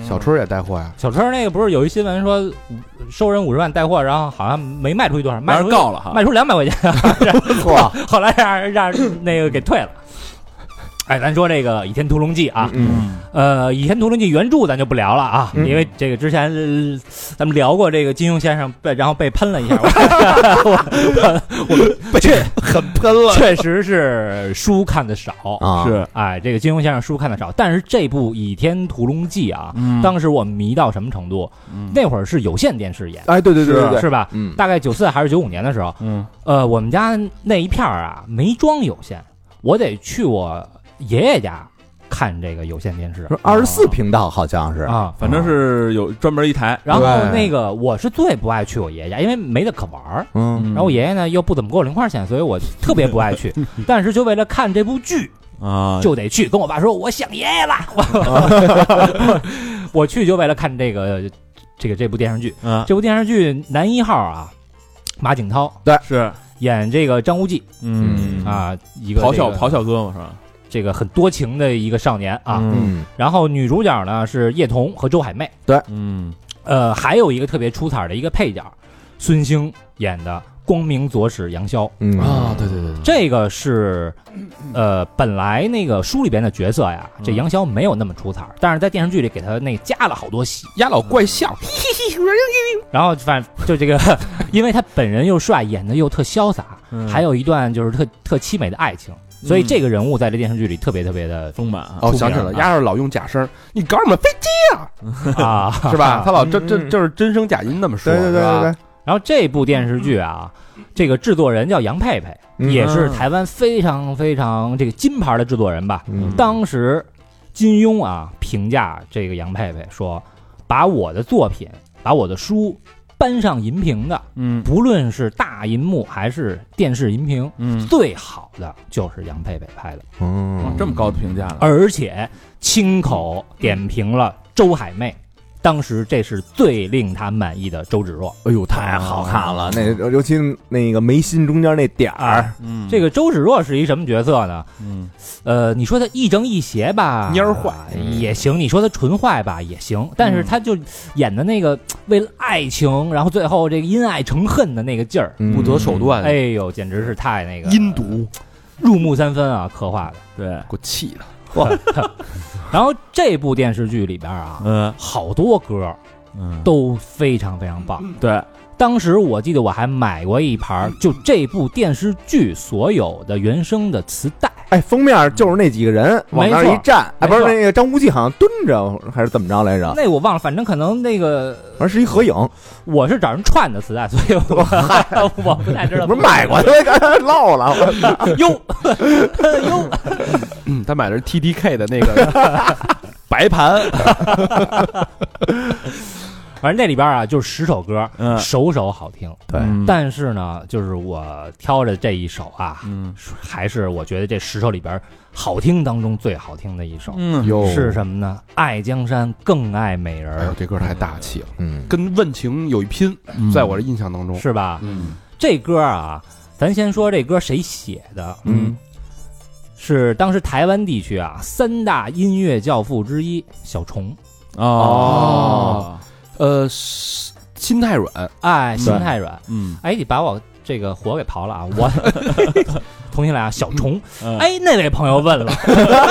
A: 小春儿也带货呀，
C: 小春儿那个不是有一新闻说五收人五十万带货，然后好像没卖出去多少，
D: 让
C: 卖
D: 人
C: 出
D: 告了哈。
C: 卖出两百块钱，
B: 不错，
C: 后来让人让人那个给退了。哎，咱说这个《倚天屠龙记》啊，
B: 嗯
C: 呃，《倚天屠龙记》原著咱就不聊了啊，
B: 嗯
C: 因为这个之前、呃咱们聊过这个金庸先生被然后被喷了一下，我我我们确
A: 很喷了。
C: 确实是书看的少
B: 啊
D: 是
C: 哎，这个金庸先生书看的少，但是这部《倚天屠龙记》啊，
D: 嗯
C: 当时我迷到什么程度？那会儿是有线电视演，
B: 嗯哎，对对对对对，
C: 是吧？
B: 嗯
C: 大概九四还是九五年的时候，
D: 嗯
C: 呃，我们家那一片儿啊没装有线，我得去我爷爷家看这个有线电视
B: 说二十四频道好像是，
C: 啊。
D: 反正是有专门一台，
C: 然后
B: 对
C: 那个我是最不爱去我爷爷家，因为没得可玩儿。
B: 嗯
C: 然后我爷爷呢又不怎么给我零花钱，所以我特别不爱 去。但是就为了看这部剧，
D: 啊，
C: 就得去跟我爸说我想爷爷了。
D: 啊
C: 我去就为了看这个这个这部电视剧。
D: 啊
C: 这部电视剧男一号啊，马景涛
D: 是
C: 演这个张无忌
D: 嗯，
C: 啊，一个
D: 咆
C: 这
D: 哮
C: 个
D: 咆哮哥嘛是吧？
C: 这个很多情的一个少年啊。
D: 嗯
B: 嗯
C: 然后女主角呢是叶童和周海媚，
D: 嗯
C: 呃，还有一个特别出彩的一个配角，孙兴演的光明左使杨逍，
B: 嗯
D: 啊，对对对对，
C: 这个是，呃，本来那个书里边的角色呀，这
D: 嗯
C: 杨逍没有那么出彩儿，但是在电视剧里给他那加了好多戏。
A: 丫老怪笑，
C: 然后反正就这个， 因为他本人又帅，演的又特潇洒，
D: 嗯
C: 还有一段就是特特凄美的爱情，所以这个人物在这电视剧里特别特别的
D: 丰满啊，
A: 嗯哦，想起来了，丫是老用假声，你搞什么飞机
C: 啊，
A: 是吧？他老这这
B: 嗯
A: 就是真声假音那么说，
B: 对对对
A: 是吧嗯
B: 对对，
C: 然后这部电视剧啊，这个制作人叫杨佩佩，
B: 嗯
C: 也是台湾非常非常这个金牌的制作人吧。
B: 嗯
C: 当时金庸啊评价这个杨佩佩说：“把我的作品，把我的书搬上银屏的，
D: 嗯
C: 不论是大银幕还是电视银屏，
D: 嗯，
C: 最好的就是杨佩佩拍的，
D: 哇
B: 嗯
D: 这么高的评价呢？
C: 而且亲口点评了周海媚。”当时这是最令他满意的周芷若，
B: 哎呦，太好看了！那尤其那个眉心中间那点
C: 啊
B: 儿，
D: 嗯
C: 这个周芷若是一什么角色呢？
D: 嗯
C: 呃，你说他亦正亦邪吧，
A: 蔫儿坏
C: 也行；你说他纯坏吧，也行。但是他就演的那个为了爱情，然后最后这个因爱成恨的那个劲儿，
B: 嗯
A: 不择手，段，
C: 哎，呦，简直是太那个
A: 阴毒，
C: 入木三分啊，刻画的。
D: 对，
A: 给我气的，
C: 然后这部电视剧里边啊，
D: 嗯
C: 好多歌
D: 嗯，
C: 都非常非常棒。
D: 对，
C: 当时我记得我还买过一盘儿，就这部电视剧所有的原声的磁带。嗯
B: 哎，封面就是那几个人往那儿一站，
C: 没
B: 哎，不
C: 错
B: 是那个张无忌好像蹲着还是怎么着来着？
C: 那我忘了，反正可能那个
B: 反正是一合影，
C: 我是找人串的磁带，所以我我不太知道。
B: 不是买过的，刚才 唠了，我
C: 哟，
A: 嗯，他买的是 T D K 的那个白盘，
C: 反正那里边啊，就是十首歌，
D: 嗯
C: 首首好听。
B: 对
D: 嗯
C: 但是呢，就是我挑着这一首啊，
D: 嗯
C: 还是我觉得这十首里边好听当中最好听的一首、
D: 嗯
A: 哟
C: 是什么呢？爱江山更爱美人
A: 哎呦
C: 儿，，
A: 这歌太大气了，
B: 嗯，
A: 跟问情有一拼，在我的印象当中，
C: 是吧？
A: 嗯，
C: 这歌啊，咱先说这歌谁写的？
D: 嗯
C: 是当时台湾地区啊三大音乐教父之一小虫，
D: 哦，
A: 呃，是心太软，
C: 哎，心太软。
D: 嗯
C: 哎，你把我这个火给刨了啊！我 重新来啊，小虫。
D: 嗯
C: 哎，那位朋友问了，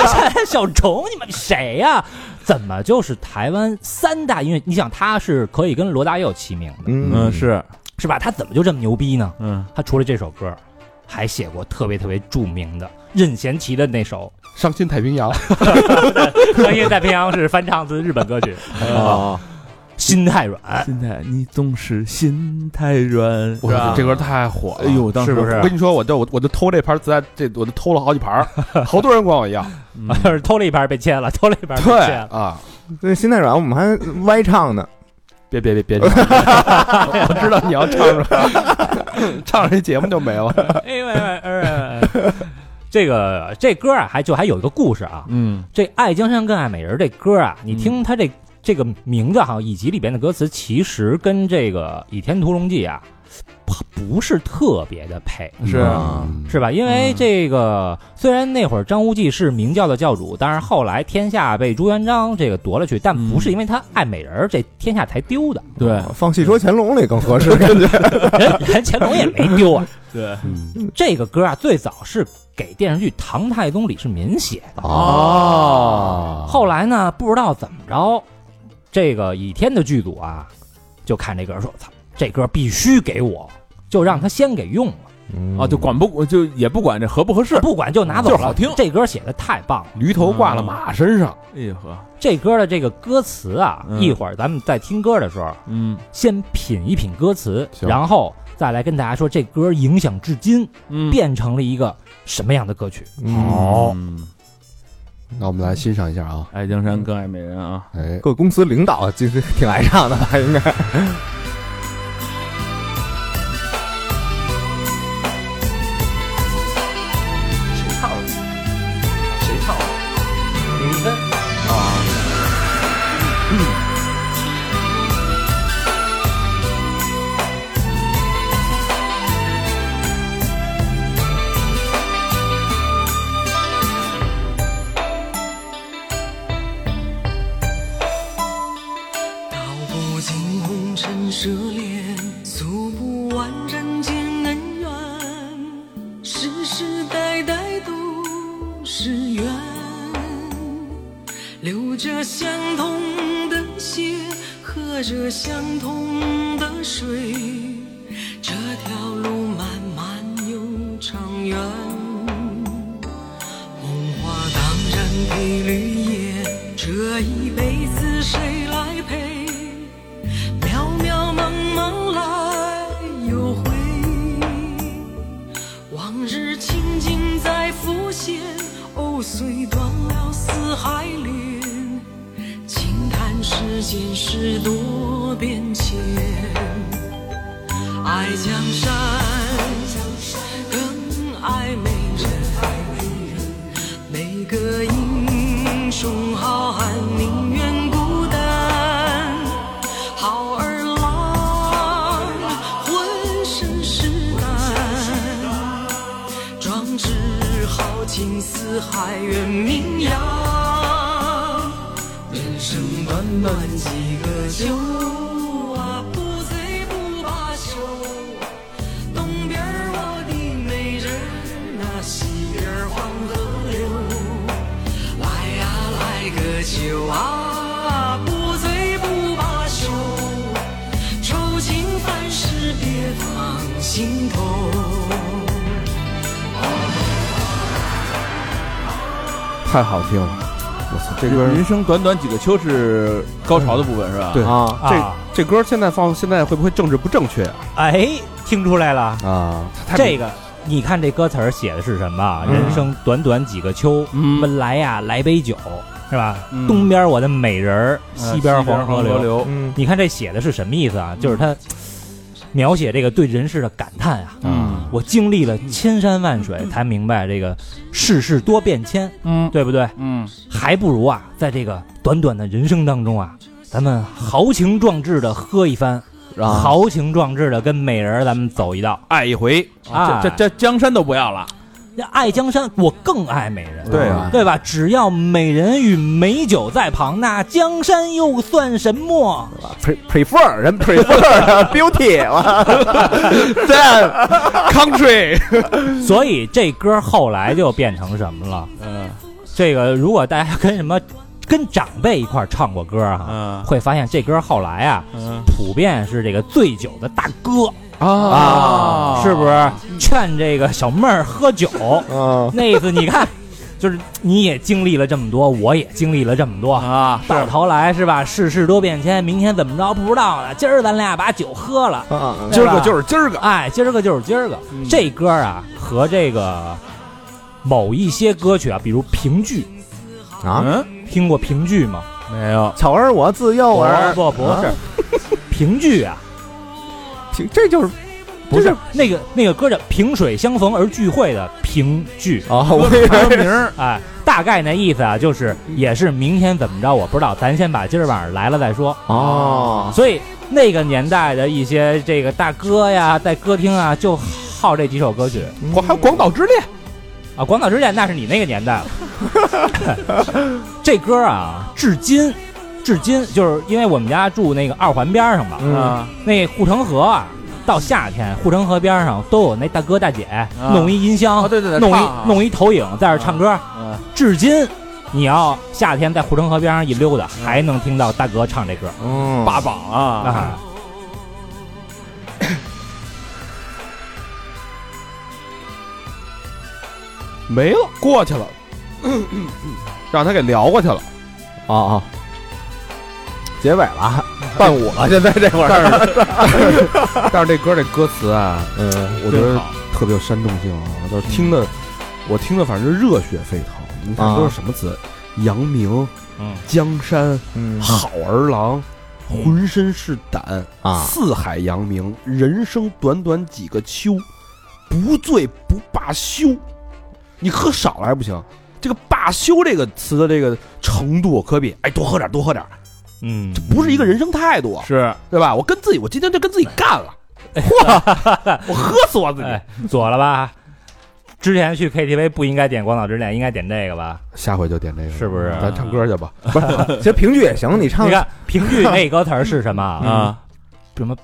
C: 小虫，你们谁呀、怎么就是台湾三大音乐？你想他是可以跟罗大佑齐名的，
D: 嗯是
C: 是吧？他怎么就这么牛逼呢？
D: 嗯
C: 他除了这首歌，还写过特别特别著名的任贤齐的那首
A: 伤心太平洋，
C: 《相信太平洋》，是翻唱自日本歌 曲
A: 哦
B: 啊，
C: 《心太软》。
D: 心态，你总是心太软，
A: 我
D: 是
A: 说
D: 吧
A: 这歌太火了，
D: 哎呦，当时
C: 是不是
A: 我跟你说，我就我我就偷这盘磁带，这我就偷了好几盘儿，好多人管我要。
C: 就是偷了一盘被切了，偷了一盘被切了。
A: 啊，
B: 那心太软我们还歪唱呢，
A: 别别别别， 我知道你要唱什么，唱这节目就没了。
C: 哎喂喂哎喂喂，这个这歌啊，还就还有一个故事 啊。
D: 嗯
C: 这《爱江山更爱美人》这歌啊，你
D: 嗯
C: 听它这、这个名字哈，以及里边的歌词，其实跟这个《倚天屠龙记》啊，不不是特别的配，
D: 是嗯
B: 啊
C: 是吧？因为这个、虽然那会儿张无忌是明教的教主，但是后来天下被朱元璋这个夺了去，但
D: 嗯
C: 不是因为他爱美人儿，这天下才丢的，
D: 对
B: 放《戏说乾隆》里更 合适，感觉
C: 哎人人乾隆也没丢啊。
D: 对
A: 嗯
C: 这个歌啊，最早是给电视剧《唐太宗李世民》写的。
A: 哦，
C: 后来呢，不知道怎么着，这个倚天的剧组啊，就看这歌说：“操，这歌必须给我，就让他先给用了，
B: 嗯
D: 啊，就管不就也不管这合不合适。
C: 不管就拿走了。
D: 就是好听
C: 这歌写的太棒了。
A: 驴头挂了马身上，
D: 哎呦呵，
C: 这歌的这个歌词啊，
D: 嗯
C: 一会儿咱们在听歌的时候，
D: 嗯
C: 先品一品歌词，
A: 行
C: 然后再来跟大家说这歌影响至今，
D: 嗯，
C: 变成了一个什么样的歌曲。
D: 好，
A: 嗯那我们来欣赏一下啊。
D: 爱江山更爱美人啊，
A: 哎，
B: 各公司领导其实挺爱唱的吧，应该。
G: 谁唱的？谁唱的？
C: 李丽芬，
G: 道不尽红尘奢恋，诉不完人间恩怨，世世代代都是缘，流着相同的血，喝着相同的水，这条路漫漫又长远。梦话当然配绿叶，这一辈子谁来陪？渺渺茫茫来又回，往日情景在浮现，藕虽断了丝还连，轻叹世间事多变迁。爱江山，更爱美人。每个英雄好汉宁愿孤单，好儿郎浑身是胆，壮志豪情四海远名扬。人生短短几个秋啊，不醉不罢休。东边儿我的美人儿啊，西边儿黄河流。来呀、来个酒啊，不醉不罢休。愁情烦事别放心头。
A: 太好听了，
B: 我操，这歌
D: 人生短短几个秋是高潮的部分是吧？
A: 对
B: 啊，
C: 啊
A: 这这歌现在放，现在会不会政治不正确啊？
C: 哎，听出来了，
A: 啊，嗯
C: 这个你看这歌词儿写的是什么啊？人生短短几个秋，
D: 嗯
C: 我们来呀，来杯酒，是吧？
D: 嗯
C: 东边我的美人儿，
D: 呃，
C: 西边黄
D: 河
C: 河流。
D: 流，
B: 嗯，
C: 你看这写的是什么意思啊？就是他描写这个对人世的感叹啊。
D: 嗯
C: 我经历了千山万水，才明白这个世事多变迁，
D: 嗯
C: 对不对？
D: 嗯，
C: 还不如啊，在这个短短的人生当中啊，咱们豪情壮志的喝一番，豪情壮志的跟美人儿咱们走一道。
A: 爱一回，
C: 啊
D: 这这这江山都不要了，
C: 那爱江山，我更爱美人，
A: 对啊
C: 对吧？只要美人与美酒在旁，那江山又算什么？
B: pre prefer 人 prefer beauty 哇，then country
C: 所以这歌后来就变成什么了？
D: 嗯
C: 这个如果大家跟什么跟长辈一块儿唱过歌啊，
D: 嗯
C: 会发现这歌后来啊，
D: 嗯
C: 普遍是这个醉酒的大哥
B: 哦
D: 啊
C: 是不是劝这个小妹儿喝酒？
B: 嗯，
C: 那意思你看，就是你也经历了这么多，我也经历了这么多。
D: 啊？
C: 到头来是吧？世事多变迁，明天怎么着不知道呢。今儿咱俩把酒喝了，
B: 啊嗯
C: 今儿个
B: 是今儿个，
C: 哎，今儿个就是今儿个。这歌啊，和这个某一些歌曲啊，比如评剧，
B: 啊
D: 嗯，
C: 听过评剧吗？
D: 没有，
B: 巧儿我自幼儿，
C: 不不
B: 啊
C: 是， 评剧啊，
B: 平这就是
C: 不
B: 这
C: 是那个那个歌叫《萍水相逢而聚会》的评剧。
B: 啊，我以
D: 歌
B: 为
D: 名儿
C: 哎，大概那意思啊，就是也是明天怎么着，我不知道，咱先把今儿晚上来了再说。
B: 哦，
C: 所以那个年代的一些这个大哥呀，在歌厅啊，就好这几首歌曲
A: 我还有广岛之恋，
C: 啊。广岛之恋那是你那个年代了， 这歌啊，至今，至今就是因为我们家住那个二环边上嘛，
B: 嗯
D: 啊，
C: 那护城河啊，到夏天，护城河边上都有那大哥大姐弄一音箱，
D: 啊对对对
C: 弄
D: 唱
C: 一
D: 啊
C: 弄一投影在这儿唱歌。
B: 啊
D: 嗯
C: 至今，你要夏天在护城河边上一溜达，还能听到大哥唱这歌。
B: 嗯，
D: 霸榜啊，
C: 啊，
A: 没了，过去了，让他给聊过去了。
B: 嗯啊啊，结尾 了，伴舞了，现在这会儿，
A: 但是， 但是这歌这歌词啊，
B: 嗯，
A: 我觉得特别有煽动性啊，就是听的，我听的反正是热血沸腾。你看
B: 啊
A: 都是什么词？扬名、
C: 嗯，
A: 江山、
B: 嗯
A: 好儿郎，浑身是胆
B: 啊
A: 四海扬名，人生短短几个秋，不醉不罢休。你喝少了还不行，这个“罢休”这个词的这个程度可比哎多喝点多喝点，
C: 嗯，
A: 不是一个人生态度，
D: 是
A: 对吧？我跟自己，我今天就跟自己干了，嚯，我喝死我自己。
C: 哎，左了吧？之前去 KTV 不应该点《广岛之恋》，应该点这个吧？
A: 下回就点这个，
C: 是不是啊
A: 咱唱歌去 吧。
B: 其实评剧也行，你唱
C: 你看评剧那歌词儿是什么 啊？
D: 啊，
C: 什么？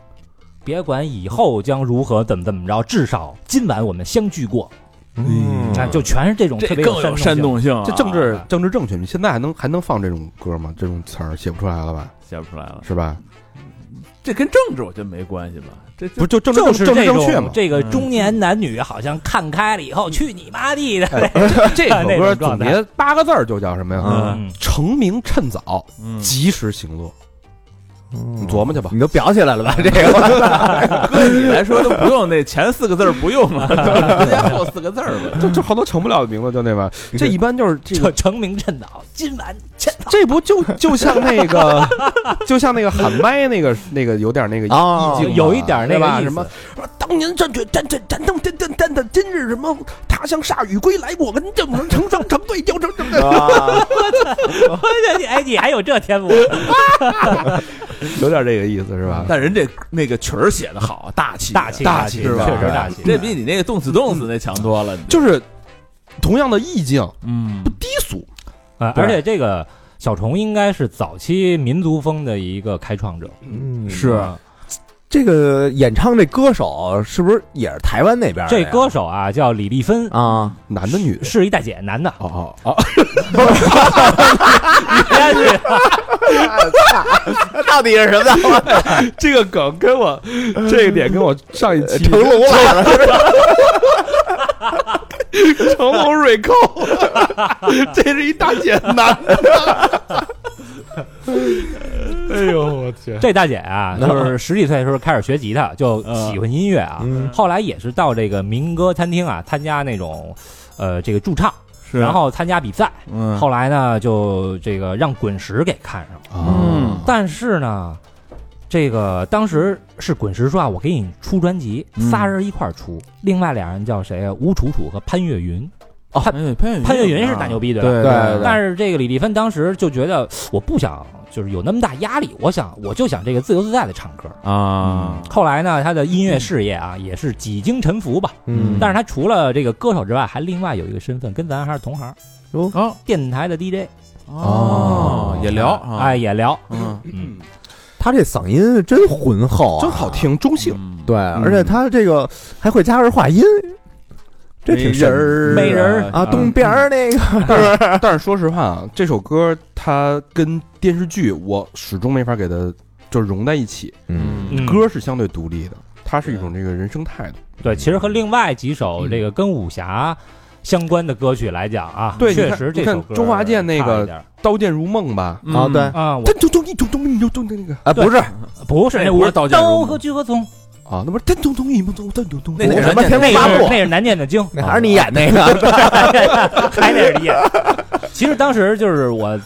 C: 别管以后将如何，怎么怎么着，至少今晚我们相聚过。
B: 嗯
C: 看，就全是这种特别
D: 更有
C: 动
D: 煽
C: 性。
D: 动性啊，
A: 这政治政治正确，你现在还能还能放这种歌吗？这种词儿写不出来了吧？
D: 写不出来了，
A: 是吧？
D: 这跟政治我觉得没关系吧？这
A: 不
D: 这
A: 是就政治
C: 就
A: 正
C: 是
A: 政治
C: 这
A: 正确
C: 种
A: 吗？
C: 这个中年男女好像看开了以后，去你妈地的！
A: 哎 这首歌总结八个字儿就叫什么呀？
C: 嗯，
A: 成名趁早，
D: 嗯
A: 及时行乐。你琢磨去吧。
B: 嗯你都裱起来了吧？这个
D: 搁你来说都不用那前四个字儿不 用了，人家后四个字
C: 嗯
D: 儿吧。
A: 就就好多成不了的名字，就那玩意儿。这一般就是这
C: 就
A: 个，
C: 成名趁早，今晚趁早。
A: 这不就就像那个，就像那个喊麦那个那个有点那个
B: 啊
A: 意境嘛，
C: 有一点那个
A: 对吧
C: 意思
A: 什么？当年战队战战战斗战战战的，今日什么他乡铩羽归来，我跟郑成成成成对雕成成。
C: 我觉得哎，你还有这天赋？
A: 有点这个意思是吧？
D: 但人这那个曲儿写的好，大气
C: 大气
D: 大
C: 气，
D: 是吧？
C: 确实大气。
D: 这比你那个动词动词那强多了。
A: 就是同样的意境，
D: 嗯
A: 不低俗。
C: 啊，而且这个小虫应该是早期民族风的一个开创者，啊
B: 嗯
D: 是
B: 这个演唱这歌手是不是也是台湾那边的
C: 这
B: 呀？
C: 歌手啊，叫李丽芬，
B: 啊，
A: 男的女的，
C: 是一大姐，男的。
A: 哦哦哦，
C: 哎对
B: 到底是什么？
A: 这个梗跟我这个点跟我上一期
B: 成龙来了，
A: 成龙瑞 寇，这是一大姐男的。哎呦我天！
C: 这大姐啊，就是十几岁的时候开始学吉他，就
D: 嗯
C: 喜欢音乐啊。后来也是到这个民歌餐厅啊，参加那种，呃，这个驻唱，
D: 是
C: 然后参加比赛。
D: 嗯
C: 后来呢，就这个让滚石给看上了。
D: 嗯
C: 但是呢，这个当时是滚石说啊，我给你出专辑，
D: 嗯
C: 仨人一块儿出，另外俩人叫谁啊？吴楚楚和潘越云。
A: 哦
D: 哎潘越
C: 潘越
A: 啊
C: 云是大牛逼对吧
D: 对
B: 对
C: 但是这个李丽芬当时就觉得呃我不想就是有那么大压力，我想我就想这个自由自在的唱歌。
D: 啊，
C: 后来呢，他的音乐事业啊也是几经沉浮吧。
B: 嗯
C: 但是他除了这个歌手之外，还另外有一个身份，跟咱还是同行，
D: 哦
C: 电台的 DJ
D: 哦，也聊啊，
C: 哎，也聊，
D: 嗯，
C: 嗯，
B: 他这嗓音真浑厚啊，
A: 真好。听，中性。
D: 嗯
B: 对，而且他这个还会加儿化音，这挺神
D: 儿
C: 没人儿
B: 啊。东边儿那个
A: 但是说实话啊，这首歌它跟电视剧我始终没法给它就融在一起。
B: 嗯
C: 嗯
A: 歌是相对独立的，它是一种这个人生态度。嗯
C: 对，其实和另外几首这个跟武侠相关的歌曲来讲啊，
A: 对你看
C: 确实这首
A: 你
C: 歌
A: 看周华健那个
C: 差一点儿
A: 刀剑如梦吧，
B: 啊，对
C: 啊，我
A: 噔咚咚一咚咚一咚咚的那个
B: 啊，不是
C: 不是
D: 那
C: 那
D: 不是
C: 我
D: 刀剑如梦
C: 和鞠和葱，
A: 啊，那不是噔咚咚一咚咚噔咚咚。
D: 那
B: 那
D: 是
B: 什么
D: 人家
B: 天
C: 那
B: 龙
C: 个
B: 八
C: 是
B: 部，
C: 那是南剑的经，啊
B: 那还是你演那个
C: 还得是你演。其实当时就是我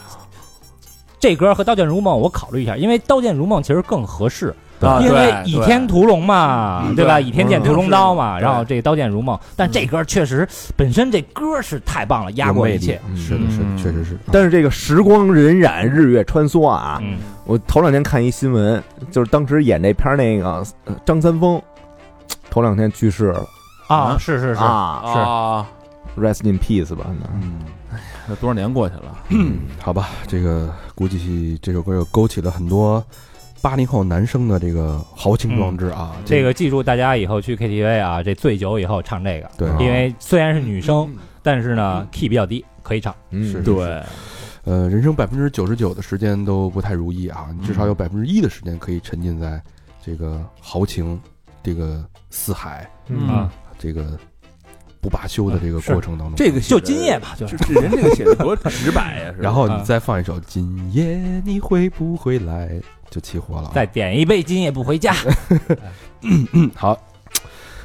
C: 这歌和《刀剑如梦》，我考虑一下，因为《刀剑如梦》其实更合适，
D: 啊
C: 因为
D: 对
C: 《倚天屠龙》嘛，
D: 嗯
C: 对吧？《
D: 对
C: 倚天剑屠龙刀》嘛，
D: 是嗯
C: 然后这《刀剑如梦》，但这歌确实本身这歌是太棒了，压过一切。
A: 是的，是的，
D: 嗯
A: 确实是。
B: 但是这个时光荏苒，日月穿梭啊，
C: 嗯，
B: 我头两天看一新闻，就是当时演这片儿那个呃张三丰，头两天去世了
C: 啊，是是是，
B: 啊
D: 啊，
B: ，Rest in peace 吧。嗯
A: 嗯，
D: 那多少年过去了，
A: 好吧，这个估计这首歌又勾起了很多八零后男生的这个豪情壮志啊，
C: 嗯
B: 嗯
C: 这个记住大家以后去 KTV 啊，这醉酒以后唱这个，
A: 对
D: 啊
C: 因为虽然是女
D: 嗯
C: 生，但是呢 key 比较低，可以唱。
A: 是
B: 嗯，
D: 对，
A: 呃，人生百分之九十九的时间都不太如意啊，你至少
D: 嗯
A: 有百分之一的时间可以沉浸在这个豪情、这个四海、
D: 嗯，啊
A: 这个不罢休的这个过程当中。啊
D: 这个
C: 就今夜吧，就
D: 这
C: 是
D: 这人这个写的多直白呀！是啊吧
A: 然后你再放一首《今夜你会不会来》，就起火了啊。
C: 再点一杯，今夜不回家。
A: 嗯好，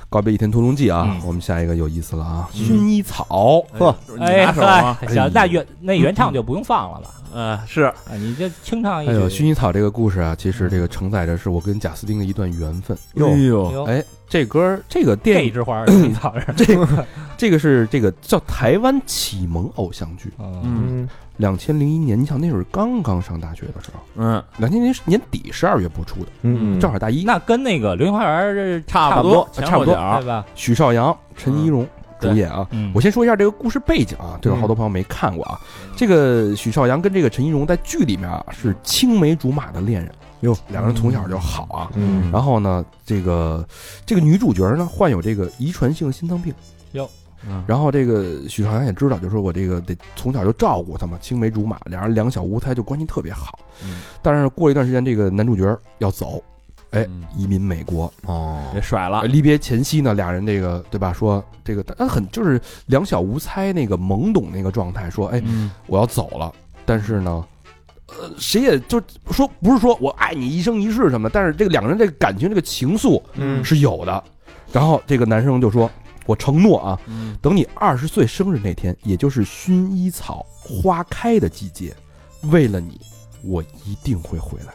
A: 告别《倚天屠龙记》啊，
C: 嗯
A: 我们下一个有意思了啊，
D: 嗯
A: 薰衣草，呵，
D: 就是 你
C: 哎
D: 拿手啊，
C: 嗨行，那原那原唱就不用放 了吧？
D: 嗯，是
C: 啊，你就清唱一
A: 哎呦，薰
C: 曲。
A: 衣草这个故事啊，其实这个承载着是我跟贾斯汀的一段缘分。
D: 呦，
C: 哟
A: 哎，这歌儿这个电
C: 这
A: 影
C: 一枝花 儿，薰衣草是。
A: 这个是这个叫台湾启蒙偶像剧，
C: 嗯
D: 嗯
B: 嗯，
A: 两千零一年，你想那会儿刚刚上大学的时候，
D: 嗯，
A: 两千年年底十二月播出的，
B: 嗯，
A: 正好大一。
C: 那跟那个《流星花园》这
D: 差
C: 不
D: 不多，啊
A: 差不多
D: 前后脚
C: 对吧？
A: 许绍洋、陈怡蓉
D: 对
A: 主演啊。
C: 嗯
A: 我先说一下这个故事背景啊，对有好多朋友没看过啊。这个许绍洋跟这个陈怡蓉在剧里面啊是青梅竹马的恋人，
B: 哟，
A: 两个人从小就好啊。
B: 嗯，
A: 然后呢，这个这个女主角呢患有这个遗传性心脏病，
D: 嗯
A: 然后这个许绍洋也知道，就说我这个得从小就照顾他嘛，青梅竹马，俩人两小无猜，就关系特别好。
D: 嗯
A: 但是过一段时间，这个男主角要走，哎
D: 嗯，
A: 移民美国。
B: 哦
D: 给，甩了，
A: 离别前夕呢，俩人这个对吧？说这个他很就是两小无猜那个懵懂那个状态，说哎，
D: 嗯
A: 我要走了，但是呢。呃，谁也就说不是说我爱你一生一世什么，但是这个两个人这个感情这个情愫
B: 嗯
A: 是有的。然后这个男生就说：“我承诺啊，
D: 嗯
A: 等你二十岁生日那天，也就是薰衣草花开的季节，为了你，我一定会回来。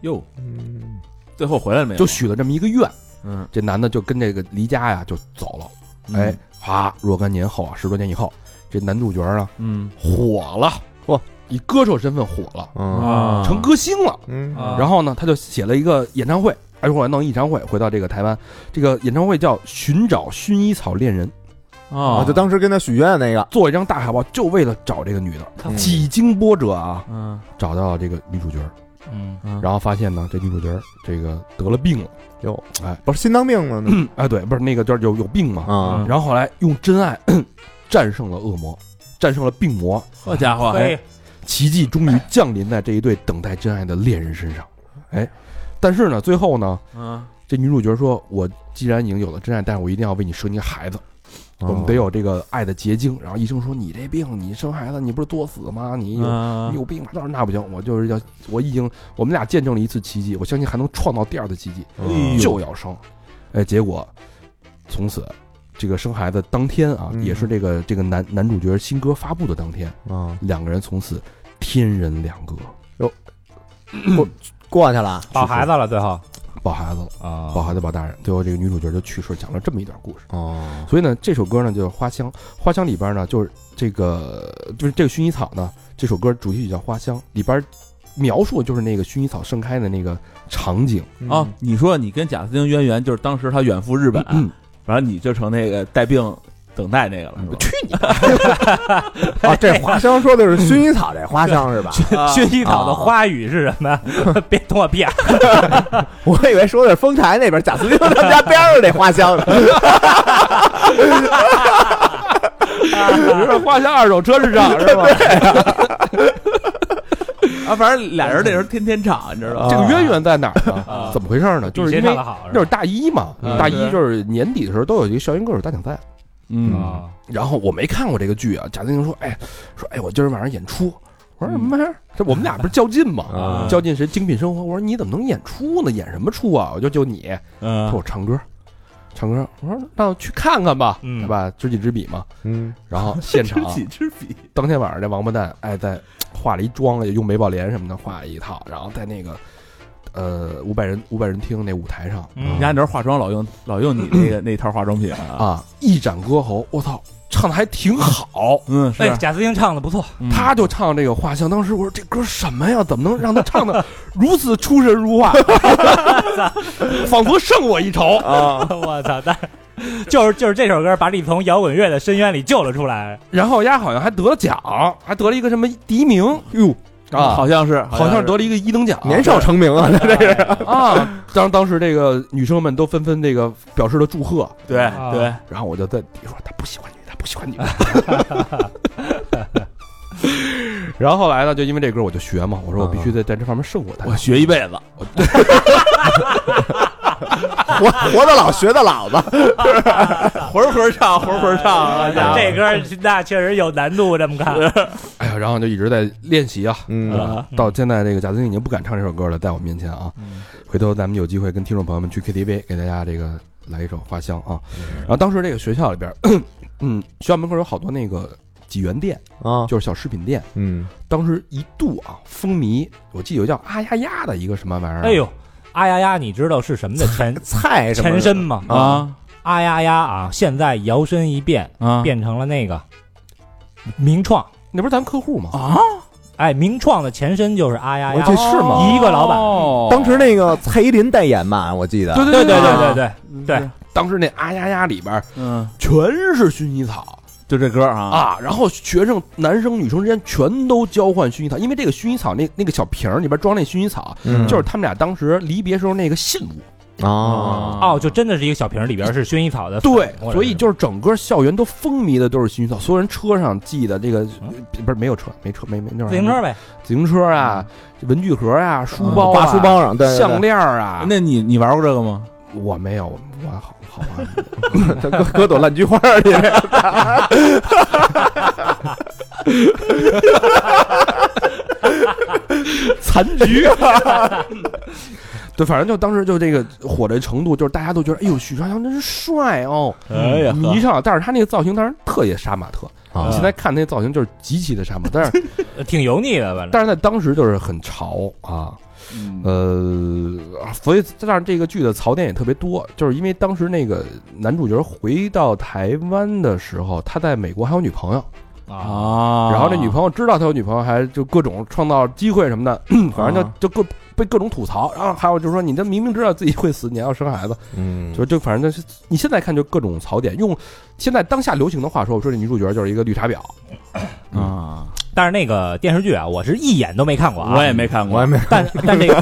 D: 哟，
B: 嗯
D: 最后回来了没有？
A: 就许了这么一个愿，
D: 嗯，
A: 这男的就跟这个离家呀就走了。
D: 嗯
A: 哎，，啊，若干年后啊，十多年以后，这男主角呢
D: 嗯
A: 火了，
B: 嚯，
A: 以歌手身份火了，
H: 嗯
B: 啊，
D: 啊，
A: 成歌星了。
B: 嗯
C: 啊
A: 然后呢，他就写了一个演唱会，哎，我来弄一演唱会，回到这个台湾，这个演唱会叫《寻找薰衣草恋人》，
D: 啊
B: 啊，就当时跟他许愿那个，
A: 做一张大海报，就为了找这个女的。
B: 嗯
A: 几经波折啊，
D: 嗯
A: 找到了这个女主角，
C: 嗯，
D: 嗯
A: 然后发现呢，这女主角这个得了病了，
B: 哟，
A: 哎
B: 不是心脏病了呢，
A: 啊，对，不是那个就是有有病嘛，
B: 啊，
A: 然后后来用真爱 战胜了恶魔，战胜了病魔，哎
D: 好家伙，
C: 嘿，
A: 奇迹终于降临在这一对等待真爱的恋人身上，哎，但是呢，最后呢，
D: 嗯，
A: 这女主角说，我既然已经有了真爱，但是我一定要为你生一个孩子。我
B: 哦
A: 们得有这个爱的结晶，然后医生说你这病，你生孩子你不是作死吗？你有
D: 嗯
B: 啊
A: 你有病吧？当然那不行，我就是要，我已经，我们俩见证了一次奇迹，我相信还能创造第二次奇迹，
B: 嗯
A: 就要生。哎，结果从此，这个生孩子当天啊，
B: 嗯
A: 也是这个这个男男主角新歌发布的当天，
B: 啊，
A: 两个人从此天人两隔，
B: 过去了，啊
C: 抱孩子了，最后
A: 抱孩子了，
C: 啊
A: 抱孩子抱大人，最后这个女主角就去世，讲了这么一段故事。
B: 哦，
A: 所以呢，这首歌呢就是《花香》，《花香》里边呢就是这个就是这个薰衣草呢，这首歌主题曲叫《花香》，里边描述的就是那个薰衣草盛开的那个场景。
D: 哦，你说你跟贾斯汀渊源就是当时他远赴日本，
A: 嗯
D: 然后你就成那个带病等待那个了，
A: 去
D: 你
B: 啊，这花香说的是薰衣草这花香是吧？
D: 啊
C: 薰衣草的花语是什么 呀？别捅我屁眼儿！
B: 我以为说的是丰台那边贾斯汀他们家边上那花香呢。
D: 哎
A: 比如说《花香》二手车市场是吧？
D: 啊，反正俩人那时候天天吵，你知道
A: 嗯这
D: 吗？
A: 个渊源在哪儿呢
C: 啊？
A: 怎么回事呢？就是
C: 谁
A: 因
C: 唱
A: 为
C: 的好
A: 那会儿大一嘛，
D: 嗯
A: 大一就是年底的时候都有一个校园歌手大奖赛，
D: 嗯，
C: 啊，
A: 然后我没看过这个剧啊，贾斯汀说，哎，说哎，我今儿晚上演出。我说什么玩意儿？这我们俩不是较劲嘛
D: 嗯啊？
A: 较劲谁精品生活？我说你怎么能演出呢？演什么出啊？我就就你，他
D: 嗯
A: 说我唱歌，唱歌。我说那我去看看吧，
C: 嗯
A: 对吧？知己知彼嘛。
B: 嗯，
A: 然后现场啊
D: 知己知彼，
A: 当天晚上，这王八蛋哎，在化了一妆，也用美宝莲什么的化了一套，然后在那个呃五百人五百人厅那舞台上
D: 人
C: 嗯，
D: 家那时候化妆老用老用你 那个那套化妆品啊，
A: 啊，一展歌喉，我操，唱的还挺好。
D: 嗯，是
C: 哎，贾斯汀唱的不错，
D: 嗯
A: 他就唱这个画像，当时我说这歌什么呀？怎么能让他唱 的如此出神入化，
D: 哎
A: 仿佛胜我一筹？
C: 我操！但是就是就是这首歌把你从摇滚乐的深渊里救了出来，
A: 然后丫好像还得了奖，还得了一个什么第一名，哟，啊，
D: 好像是，
A: 好像是得了一个一等 奖，
B: 年少成名
D: 哎
B: 啊，那这是
A: 啊！当当时这个女生们都纷纷这个表示了祝贺，
D: 对
C: 啊
D: 对，
A: 然后我就在底下说他不喜欢你，他不喜欢你。然后后来呢，就因为这歌我就学嘛，我说我必须得在这方面胜过他。
D: 啊我学一辈子，
B: 活活到老学到老吧。
D: 魂魂唱，魂魂唱啊！家伙
C: 这歌儿那确实有难度，这么看，
A: 哎呀，然后就一直在练习啊，
B: 嗯，
D: 啊
A: 到现在这个贾斯汀已经不敢唱这首歌了，在我面前啊。
C: 嗯
A: 回头咱们有机会跟听众朋友们去 KTV 给大家这个来一首《花香》啊。
C: 嗯
A: 然后当时这个学校里边， 嗯，学校门口有好多那个几元店，
B: 啊，
A: 就是小饰品店。
B: 嗯，
A: 当时一度啊风靡，我记得有叫啊呀呀的一个什么玩意儿，啊
C: 哎，呦，阿呀呀，你知道是什么的 前
B: 菜什么
C: 前
B: 的
C: 身吗？
D: 啊
C: 阿呀呀啊，现在摇身一变
D: 啊
C: 变成了那个名创，
A: 那不是咱客户吗？
D: 啊！
C: 哎，名创的前身就是阿呀
A: 我
C: 呀
A: 这，是吗？哦
C: 一个老板
D: 板
B: 当时那个蔡依林代言嘛，我记得。
A: 对
C: 对
A: 对
C: 对
A: 对
C: 对 对对对，
A: 当时那啊呀呀里边
D: 嗯，
A: 全是薰衣草
D: 就这歌啊
A: 啊，然后学生男生女生之间全都交换薰衣草，因为这个薰衣草那那个小瓶儿里边装那薰衣草，
B: 嗯
A: 就是他们俩当时离别时候那个信物。
B: 啊，
C: 哦，就真的是一个小瓶儿，里边是薰衣草的粉，
A: 对，
C: 或者
A: 所以就是整个校园都风靡的都是薰衣草，所有人车上系的这个
C: 嗯
A: 不是没有车，没车没没那会儿
C: 自行车呗，
A: 自行车啊，文具盒啊，书包
B: 挂
A: 啊，
B: 嗯书包上，对，对
A: 项链儿啊，
D: 那你你玩过这个吗？
A: 我没有，我好好玩。
B: 对搁搁朵烂菊花里。
A: 残局啊！对，反正就当时就这个火的程度，就是大家都觉得，哎呦，许绍洋真是帅哦，
D: 哎呀
A: 迷上了。但是他那个造型当然特别杀马特，
B: 啊
A: 你现在看那造型就是极其的杀马特，但是
C: 呃 挺油腻的，反正
A: 但是在当时就是很潮啊。
D: 嗯
A: 呃，所以但是这个剧的槽点也特别多，就是因为当时那个男主角回到台湾的时候，他在美国还有女朋友，
C: 啊，
D: 啊，
A: 然后这女朋友知道他有女朋友，还就各种创造机会什么 的，反正就
D: 啊
A: 就各被各种吐槽。然后还有就是说，你这明明知道自己会死，你还要生孩子，
B: 嗯，
A: 就就反正就是你现在看就各种槽点。用现在当下流行的话说，我说这女主角就是一个绿茶婊。嗯
D: 友啊，
C: 但是那个电视剧啊，我是一眼都没看过啊，
D: 我也没看
B: 我
D: 过
B: 还，没
C: 但但这个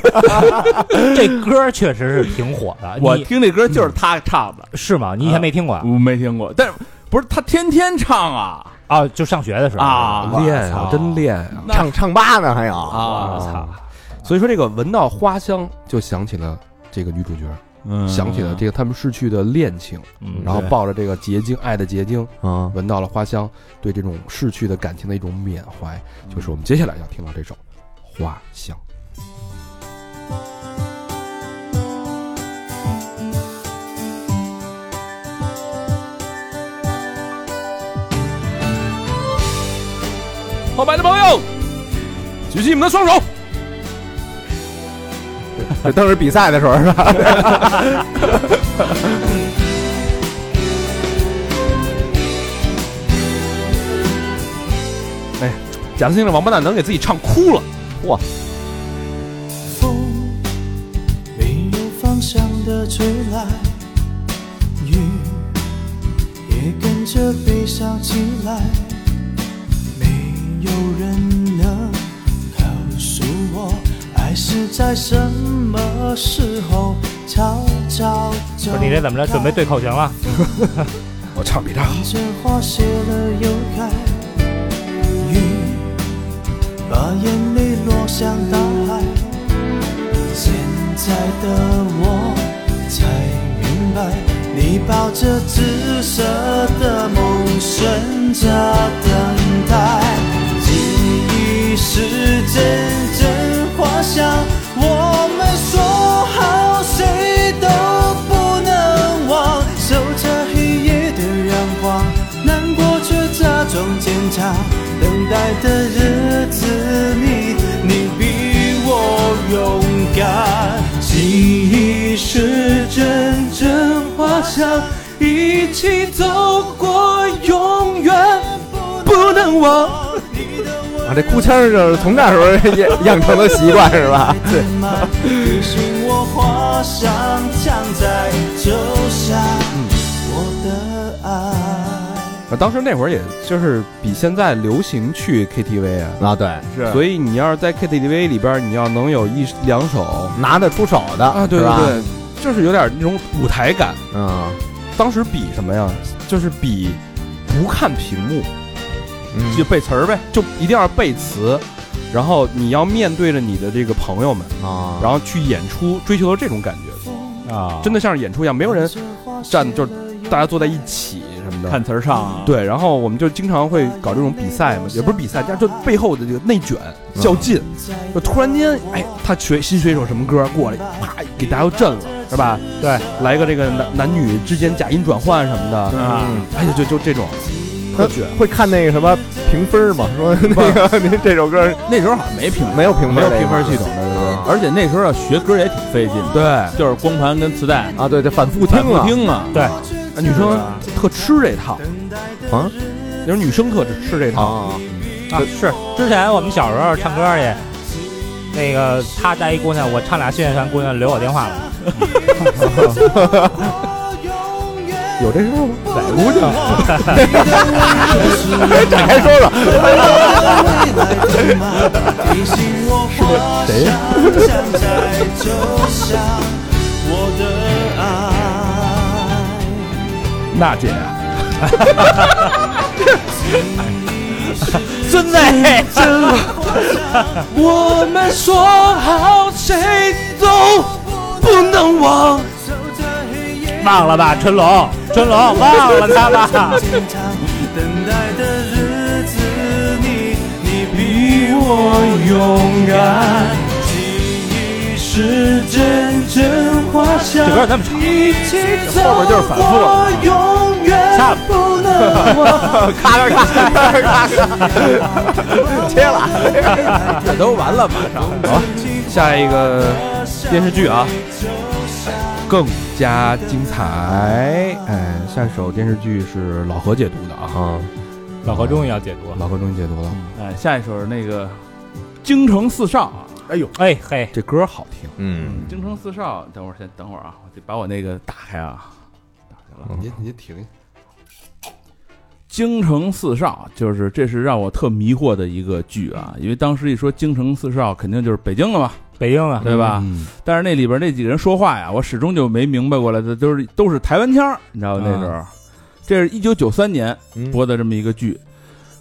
C: 这歌儿确实是挺火的，
D: 我
C: 你嗯
D: 听这歌就是他唱的，
C: 是吗？你以前没听过啊？
D: 我没听过，但是不是他天天唱 啊
C: 啊，就上学的时候
D: 啊
A: 练啊，真练啊！
D: 那
B: 唱唱吧呢，还有
C: 我
D: 啊，
C: 操！
A: 所以说这个闻到花香就想起了这个女主角，
D: 嗯
A: 想起了这个他们逝去的恋情，
C: 嗯，
A: 然后
D: 对
A: 抱着这个结晶爱的结晶，
B: 啊，
A: 闻到了花香，对这种逝去的感情的一种缅怀，就是我们接下来要听到这首《花香》。后排的朋友，举起你们的 双手。
B: 这当时比赛的时候是吧？
A: 哎贾斯汀的王八蛋能给自己唱哭了，
I: 风没有方向的吹来，雨也跟着悲伤起来。没有人能告诉我，爱是在什么时候悄悄走
C: 不哦是你这怎么着？准备对口型了？
A: 我唱比他好。
I: 这花谢了又开，雨把眼泪落向大海。现在的我才明白，你抱着紫色的梦，顺着等待。记忆是阵阵花香，我们说好谁都不能忘，守着黑夜的阳光，难过却假装坚强，等待的日子里，你比我勇敢。记忆啊是阵阵花香，一起走过，永远不能忘。
B: 啊，这哭腔儿就是从那时候养养成的习惯是 吧？
I: 对。你是我花香将在就下我的爱。
A: 呃当时那会儿也就是比现在流行去 KTV 啊，
B: 啊，对，
D: 是
A: 所以你要是在 KTV 里边儿，你要能有一两首
B: 拿得出手的
A: 啊，对
B: 是
A: 对
B: 吧？
A: 对，就是有点那种舞台感。
B: 嗯，
A: 当时比什么呀？就是比不看屏幕，
B: 嗯
A: 就背词儿呗，就一定要背词，然后你要面对着你的这个朋友们，
B: 啊，
A: 然后去演出，追求这种感觉，
C: 啊，
A: 真的像是演出一样，没有人站就是大家坐在一
I: 起。
A: 起什么的，
D: 看词儿唱啊，
A: 对，然后我们就经常会搞这种比赛嘛，也不是比赛，但是就背后的这个内卷较劲，就突然间，哎，他学新学一首什么歌过来，啪给大家都震了，是吧？
C: 对，
A: 来一个这个男男女之间假音转换什么的，
D: 啊，
A: 哎呀，就就这种，
B: 他会看那个什么评分吗？ 说那个您这首歌
D: 那时候好像没评
B: 没有评分，
A: 没有评分系统，对对对。
D: 而且那时候要学歌也挺费劲的，
A: 对，
D: 就是光盘跟磁带，
B: 啊，对对，反复听
D: 反复
B: 了，
D: 听啊，
C: 对，
A: 女生特吃哎这套，
B: 啊
A: 那种女生特吃这套，
B: 啊，
C: 啊，是之前我们小时候唱歌去，那个他带一姑娘，我唱俩训练团姑娘留我电话了，
B: 有这事儿吗？
C: 哪姑 娘？
B: 展开 说说，
I: 啊谁呀？
A: 娜姐呀。
D: 啊
C: 孙子，
G: 我们说好谁走不能忘，
C: 忘了吧，春龙，春龙，忘了他吧。
I: 等待的日子里，你比
G: 我勇敢。
I: 是真正花香。
C: 这歌儿那么长，
I: 一起走，
D: 后边就是反复了。
I: 我永远
C: 下
I: 不能忘。
B: 咔咔咔咔咔咔，切了。
D: 这都完了，马上
A: 下一个 电视剧啊，更加精彩。哎，下一首电视剧是老何解读的啊，
B: 啊，
D: 嗯
C: 老何终于要解读了。
A: 老何终于解读了。
D: 哎，下一首是那个《京城四少》啊，
C: 哎嘿，
A: 这歌好听，
B: 嗯，
D: 《京城四少》，等会儿先等会儿啊，
A: 嗯
D: 我得把我那个打开啊。
A: 你你停一下。
D: 京城四少就是这是让我特迷惑的一个剧啊，因为当时一说京城四少，肯定就是北京了嘛，
C: 嗯北京啊，
D: 对吧？但是那里边那几个人说话呀，我始终就没明白过来，的，都是都是台湾腔儿，你知道吗？那
C: 啊
D: 时候，这是一九九三年
C: 嗯
D: 播的这么一个剧，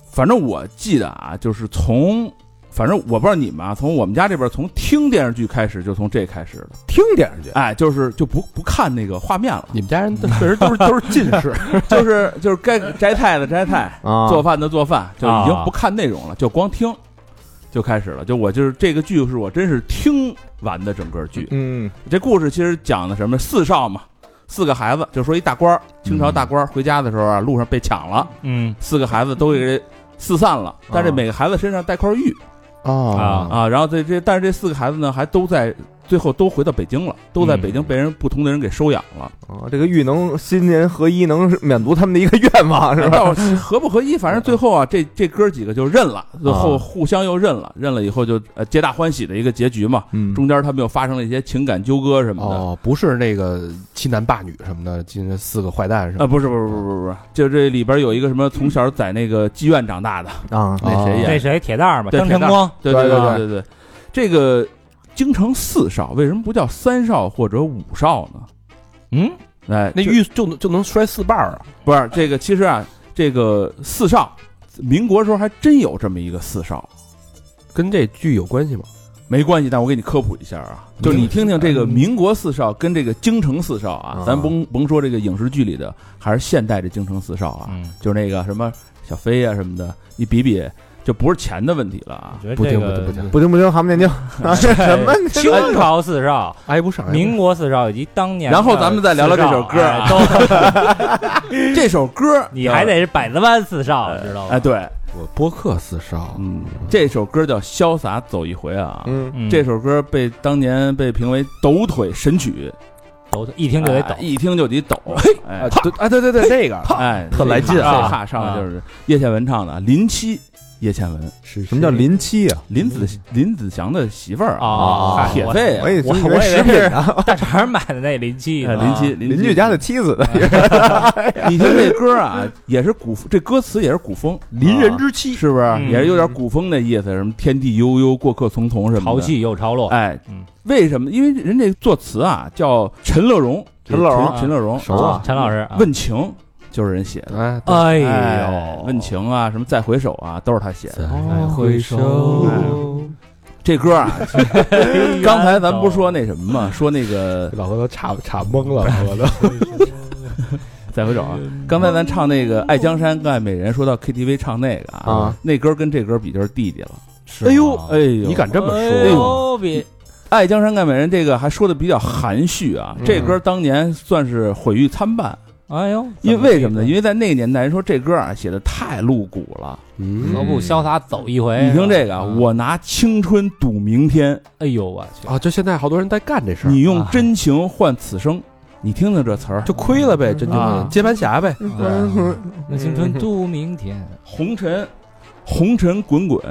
D: 反正我记得啊，就是从。反正我不知道你们啊，从我们家这边从听电视剧开始，就从这开始了。
B: 听电视剧，
D: 哎，就是就不不看那个画面了，
A: 你们家 人都确实都是都是近视，
D: 就是就是该摘菜的摘菜，
B: 啊，
D: 做饭的做饭，就已经
C: 啊
D: 不看内容了，就光听，就开始了。就我就是这个剧是我真是听完的整个剧。
B: 嗯
D: 这故事其实讲的什么四少嘛，四个孩子，就说一大官儿，
B: 嗯
D: 清朝大官儿回家的时候啊，路上被抢了，
C: 嗯
D: 四个孩子都给四散了，但是
B: 啊
D: 每个孩子身上带块玉
B: 啊
D: 啊，然后这这但是这四个孩子呢，还都在最后都回到北京了，都在北京
B: 嗯
D: 被人不同的人给收养了。
B: 啊，这个玉能新年合一能是满足他们的一个愿望是吧？
D: 到哎合不合一，反正最后啊，这这哥几个就认了，最
A: 啊
D: 后互相又认了，认了以后就呃皆大欢喜的一个结局嘛。
B: 嗯
D: 中间他们又发生了一些情感纠葛什么的。
A: 哦，不是那个欺男霸女什么的，今天四个坏蛋什
D: 啊，
A: 么
D: 不是不是不是不是不是，就这里边有一个什么从小在那个妓院长大的，
B: 啊
A: 哦
D: 那谁演？
C: 那谁铁蛋儿嘛，
D: 对
C: 张晨光，
D: 对对
B: 对
D: 对对对，这个京城四少为什么不叫三少或者五少呢？
C: 嗯，
D: 哎，
A: 那
D: 这
A: 玉就能就能摔四瓣儿啊！
D: 不是这个，其实啊，这个四少，民国时候还真有这么一个四少，
A: 跟这剧有关系吗？
D: 没关系，但我给你科普一下啊，就是你听听这个民国四少跟这个京城四少啊，
B: 啊
D: 咱甭甭说这个影视剧里的，还是现代这京城四少啊，
C: 嗯，
D: 就是那个什么小飞呀、什么的，一比比就不是钱的问题了啊
C: 我。觉得
A: 不
C: 这
A: 听不
C: 个
A: 听不听，
B: 不听不听，蛤蟆念经啊， 这什么你
C: 清朝四少、
A: 挨不上。挨不上
C: 民国四少以及当年的
D: 然后咱们再聊聊这首歌啊
C: 四少哎都
D: 这首歌
C: 你还得是百子湾四少，知道
D: 哎，
C: 吗？
D: 对，
A: 我播客四少，
D: 嗯，这首歌叫《潇洒走一回》啊。
B: 嗯
C: 嗯
D: 这首歌被当年被评为抖腿神曲，
C: 抖一听就得抖
D: 哎，一听就得抖，嘿，哎
A: 啊，对啊对对对，那个
D: 哎，
A: 特来劲啊
D: 这哈上来就是叶倩文唱的，林七叶倩文，
H: 是
B: 什么叫临期啊？
D: 林子林子祥的媳妇儿
C: 哦
D: 啊，铁肺啊
B: 我也
C: 我
B: 真以
C: 我以
B: 为
C: 为
B: 食品
C: 是啊
B: 呢，
C: 大肠买的那林记
D: 哎
C: 呢，啊
D: 林七
B: 邻居家的妻子。
D: 哎 你听这歌啊，也是古这歌词也是古风，啊
H: 邻人之妻，
D: 是不是？
C: 嗯
D: 也是有点古风的意思，什么天地悠悠，过客匆匆什么
C: 潮
D: 的。
C: 气又潮落，
D: 哎
C: 嗯，
D: 为什么？因为人这作词啊叫陈乐融，
B: 陈乐融
D: 陈陈乐融
B: 熟啊
C: 陈老师啊，
D: 问情就是人写的。
B: 哎，
C: 哎
D: 哎
C: 呦，
D: 问情啊，什么再回首啊，都是他写的。
C: 再回
D: 哎首这歌啊，刚才咱不是说那什么吗？说那个
H: 哎老何都差差懵了，老何都
D: 再回首啊，刚才咱唱那个《爱江山更爱美人》，说到 KTV 唱那个
B: 啊，
D: 那歌跟这歌比就是弟弟了。
C: 是吗
D: 哎呦，
H: 你敢这么
D: 哎
H: 说？
C: 呦，比
D: 《爱江山更爱美人》这个还说的比较含蓄啊，
H: 嗯
D: 这歌当年算是毁誉参半，
C: 哎呦，
D: 因为为什么呢？因
C: 为
D: 为在那个年代，人说这歌啊写的太露骨了。
H: 嗯
C: 何不潇洒走一回？
D: 你听这个啊，
C: 嗯
D: 我拿青春赌明天，
C: 哎呦我去，啊
H: 啊，就现在好多人在干这事儿，
D: 你用真情换此生，你听听这词儿，
H: 就亏了
C: 嗯
H: 呗，真
D: 啊
H: 正接盘侠呗，
C: 那青春度明天，
D: 红尘，红尘滚滚，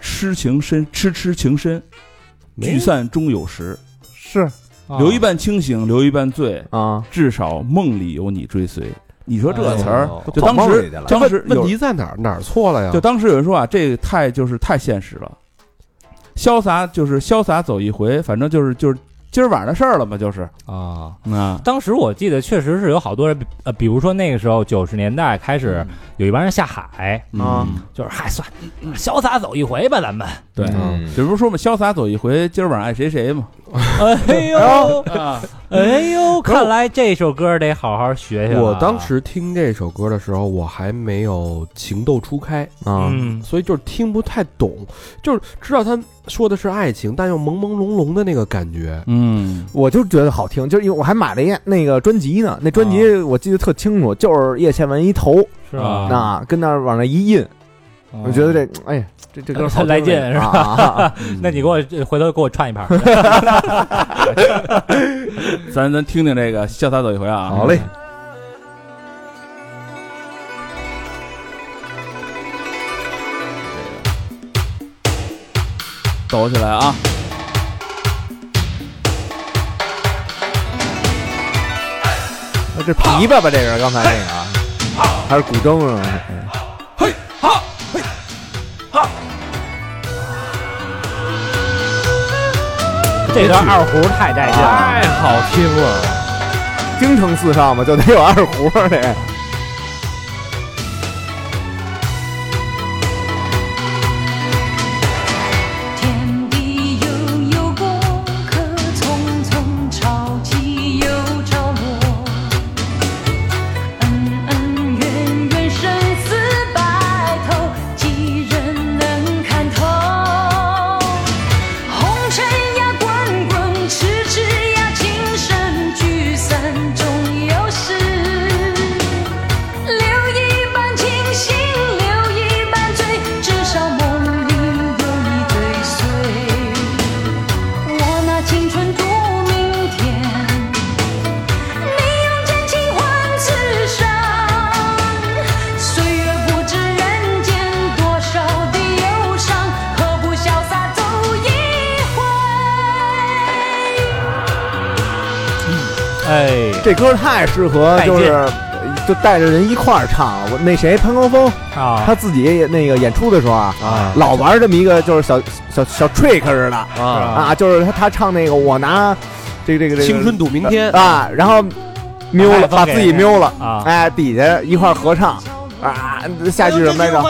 D: 痴情深，痴痴情深，聚散终有时，
B: 是
D: 留一半清醒，留一半醉，
B: 啊，
D: 至少梦里有你追随。你说这词
C: 哎
D: 儿，
C: 呦
D: 就当
B: 跑梦里
D: 时
B: 去了
D: 当时有
H: 问题在哪儿？哪儿错了呀？
D: 就当时有人说啊，这个太就是太现实了，潇洒就是潇洒走一回，反正就是就是今儿晚上的事儿了嘛，就是
C: 啊。
D: 啊，
C: 当时我记得确实是有好多人，呃，比如说那个时候九十年代开始，有一帮人下海，
B: 啊
D: 嗯，
C: 就是嗨算潇洒走一回吧，咱们。
D: 对，
H: 嗯
D: 这不是说嘛，潇洒走一回，今儿晚上爱谁谁嘛，
C: 哎呦，
D: 啊，
C: 哎呦，看来这首歌得好好学学了啊。
H: 我当时听这首歌的时候，我还没有情窦初开，
B: 啊，
C: 嗯，
H: 所以就是听不太懂，就是知道他说的是爱情，但又朦朦胧胧的那个感觉。
D: 嗯，
B: 我就觉得好听，就是因为我还买了一那个专辑呢，那专辑我记得特清楚，就是叶倩文一头
C: 是吧？
B: 啊，跟那儿往那一印，我觉得这，哎呀，这这歌好 听
C: 来劲呃是吧
B: 啊啊啊啊
C: 那你给我呃回头给我串一 盘儿。
D: 咱咱听听这个潇洒走一回啊，
B: 好嘞，
D: 抖起来啊。
B: 呃这琵琶吧，这是刚才那个啊，还是古筝啊哎是吧？
C: 这段二胡太带劲
B: 哎
C: 了，太好听了。
B: 啊京城四少嘛，就得有二胡儿得。
J: 天地悠悠，过客匆匆，潮起又潮落。恩恩怨怨，生死白头，几人能看透？红尘呀滚滚，痴痴呀情深，聚散终有时。留一半清醒，留一半醉，至少梦里有你追随。我拿青春赌明天，你用真情换此生。岁月不知人间多少的忧伤，何不潇洒走一回？
C: 哎，
B: 这歌太适合，就是就带着人一块儿唱。我那谁潘高峰，
C: 啊，
B: 他自己也那个演出的时候啊，
H: 啊
B: 老玩这么一个就是小小小 trick 似的啊，就是他他唱那个我拿这个这个这个
H: 青春赌明天，
B: 啊，然后瞄了，
C: 把麦克风
B: 把
C: 给
B: 自己瞄了
C: 啊
B: 哎，底下一块儿合唱啊，下句什么来着？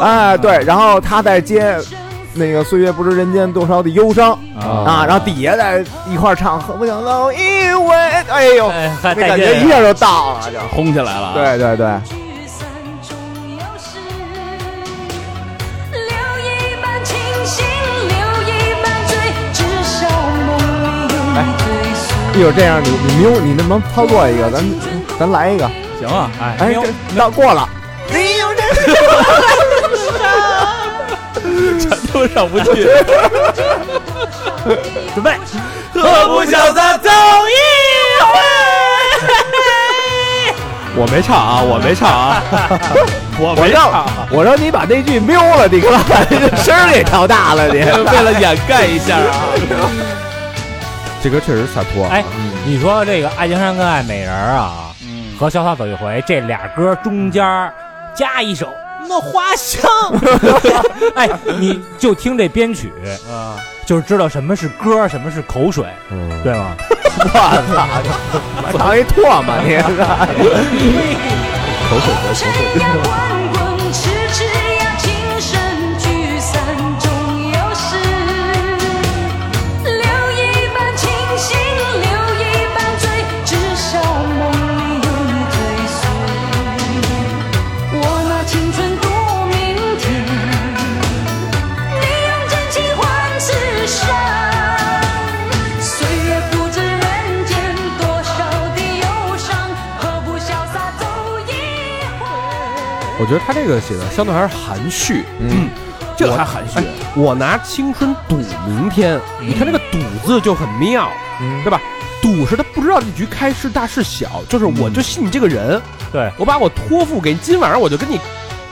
B: 哎，对，然后他再接那个岁月不知人间多少的忧伤啊，然后底下再一块儿唱，何不想走一回？哎呦，
C: 哎
B: 那
C: 太带
B: 感
C: 劲
B: 觉一
C: 了。
B: 下就到了，就
D: 轰起来了啊，
B: 对对对，
J: 聚散终有时，留一半清醒，留一半醉，至少梦里有你追随。
B: 一会儿这样你你瞄你能不能操作一个？咱咱来一个，
D: 行啊，哎，
B: 哎，这到过了，
D: 都上不 去。
C: 准备，
D: 何不潇洒走一回？
H: 我没唱啊，我没唱 啊，我
B: 我
H: 没唱
B: 让
H: 啊。
B: 我让你把那句瞄了，你看这 声儿给调大了，你
D: 为了掩盖一下 啊，
B: 这歌确实洒脱啊
C: 哎，你说这个《爱情山》跟《爱美人》啊，
B: 嗯
C: 和《潇洒走一回》这俩歌中间儿加一首那花香，哎，你就听这编曲，
B: 啊
C: 就是知道什么是歌，什么是口水，
A: 嗯，
C: 对 吗？
B: 当一唾沫，你
J: 尘呀滚滚，痴痴呀情深，聚散终有时。留一半清醒，留一半醉，至少梦里有你追随。我拿青春赌明天，你用真情换此生。岁月不知人间多少的忧伤，何不潇洒走一回？
A: 我觉得他这个写的相对还是含蓄。
B: 嗯，
D: 这个还含蓄
A: 哎。
D: 嗯
A: 我拿青春赌明天，你看这个“赌”字就很妙，
B: 嗯
A: 对吧？赌是他不知道这局开是大是小，就是
D: 嗯
A: 我就信你这个人，
C: 对
A: 我把我托付给你，今晚上我就跟你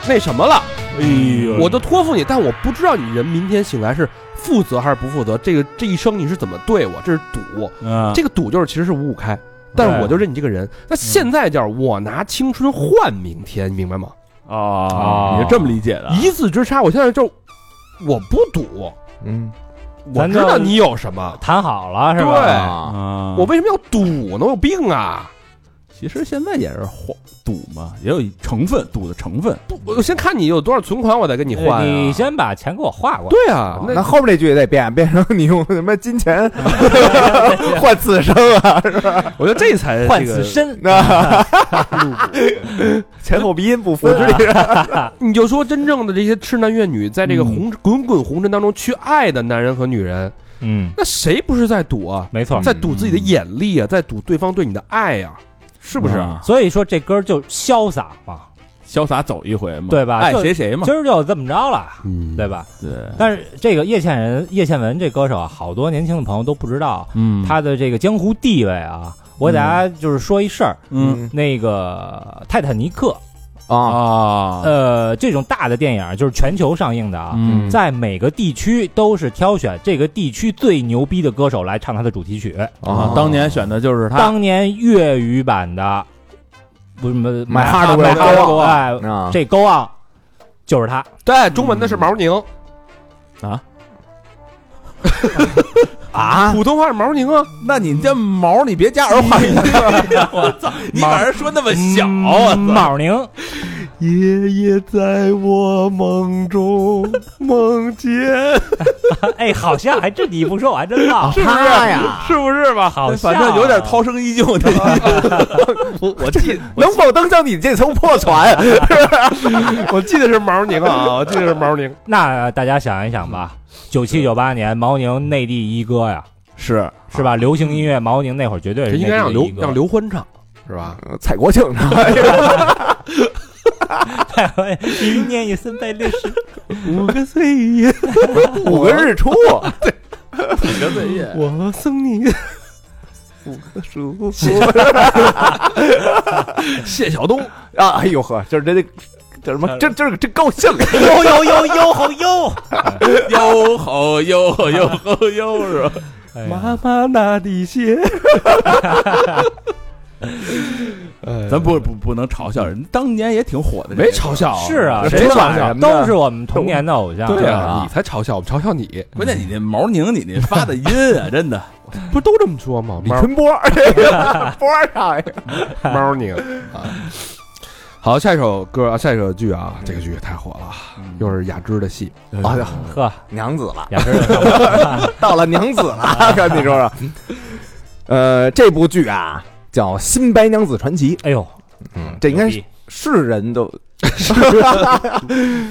A: 那什么了，
D: 哎呦
A: 我都托付你，但我不知道你人明天醒来是负责还是不负责，这个这一生你是怎么对我，这是赌，
D: 嗯，
A: 这个赌就是其实是五五开，但是我就认你这个人。那现在叫我拿青春换明天，明白吗？
D: 哦，你是这么理解的？
A: 一字之差，我现在就我不赌，
B: 嗯，
A: 我
C: 咱
A: 知
C: 就
A: 道你 有什么，
C: 谈好了是吧？嗯
A: 对。
B: 啊，
D: 啊，
A: 我为什么要赌呢？我有病啊！
D: 其实现在也是花赌嘛，也有成分赌的成分。
A: 不，我先看你有多少存款，我再跟你换、啊。
C: 你先把钱给我划过来。哦
A: 对啊，
B: 哦那
A: 那
B: 后面那句也得变，变成你用什么金钱换此生啊？
A: 我觉得这才
C: 换
A: 这个
C: 此 身，
B: 那前后鼻音不分，
A: 啊 你就说真正的这些痴男怨女，在这个红、滚滚红尘当中去爱的男人和女人，
C: 嗯，
A: 那谁不是在赌啊？
C: 没错。
A: 在赌自己的眼力啊，在赌对方对你的爱呀、是不是？
D: 啊
C: 所以说这歌就潇洒嘛，
D: 潇洒走一回嘛，
C: 对吧
D: 爱
C: 就
D: 谁谁嘛
C: 今，儿就这么着了，
A: 嗯
C: 对吧？
D: 对，
C: 但是这个叶倩人、叶倩文这歌手啊，好多年轻的朋友都不知道
D: 嗯
C: 她的这个江湖地位啊。我给大家就是说一事儿，
D: 嗯
C: 那个《泰坦尼克
B: 啊，
D: 啊》，
C: 呃，这种大的电影就是全球上映的啊，
D: 嗯
C: 在每个地区都是挑选这个地区最牛逼的歌手来唱他的主题曲。
D: 啊，当年选的就是他，
C: 当年粤语版的，不是什么
B: My
C: 哈
B: Hardway
C: 哈
B: Go On
C: 哎，
B: 啊，
C: 这 Go On 就是他，
A: 对，中文的是毛宁
D: 啊
A: 啊，普通话是毛宁啊，
D: 那你这毛你别加儿 化音，我操，你把人说那么小，
A: 啊
D: 我操，
C: 嗯毛宁。
A: 夜夜在我梦中梦见，
C: 哎，好像还真你不说，我还真忘了，
B: 是哦他 呀？
C: 啊是不是吧？好
B: 啊
C: 像
D: 反正有点涛声依旧 的，
A: 我记
B: 能否登上你这艘破船？
A: 我记得是毛宁啊，我记得是毛宁。
C: 那大家想一想吧，九七九八年毛宁内地一哥呀，
D: 是
C: 是
B: 啊
C: 吧？流行音乐毛宁那会儿绝对
A: 这
C: 是
A: 应该让
C: 内地
A: 刘
C: 的一哥
A: 让刘欢唱，是吧？
B: 呃蔡国庆呢？
C: 一年有三百六十，
A: 五个岁月，
B: 五个日出，
A: 我送你。
B: 舒服
A: 谢晓东，呃
B: 啊！哎呦呵，就是这这这什么？这这这高 兴，
C: 呦呦呦呦吼呦！
D: 哟吼哟吼哟吼哟是吧？
C: 哎呀
A: 妈妈那的 鞋。
D: 咱不不不能嘲笑人，当年也挺火的，
A: 没嘲笑，
C: 是啊，
B: 谁
C: 谁
B: 管
C: 呀
B: 什么呢
C: 都是我们童年的偶像。
A: 对
B: 啊
A: 啊，你才嘲笑我们，嘲笑你，
D: 关键你那毛宁，你那发的音啊，真的，
A: 不是都这么说吗？
B: 李
A: 猫
B: 春波这个波上
A: 猫拧啊。好，下一首歌啊，下一首剧
B: 嗯
A: 啊，这个剧也太火了，又是雅芝的戏，哎
B: 啊，
C: 呵，
B: 娘子了，
C: 雅 芝，
B: 到了娘子
A: 啊
B: 了，看你说说。呃，这部剧啊叫《新白娘子传奇》，嗯
C: 哎呦，
B: 这应该
C: 牛
B: 是
C: 逼
B: 是人都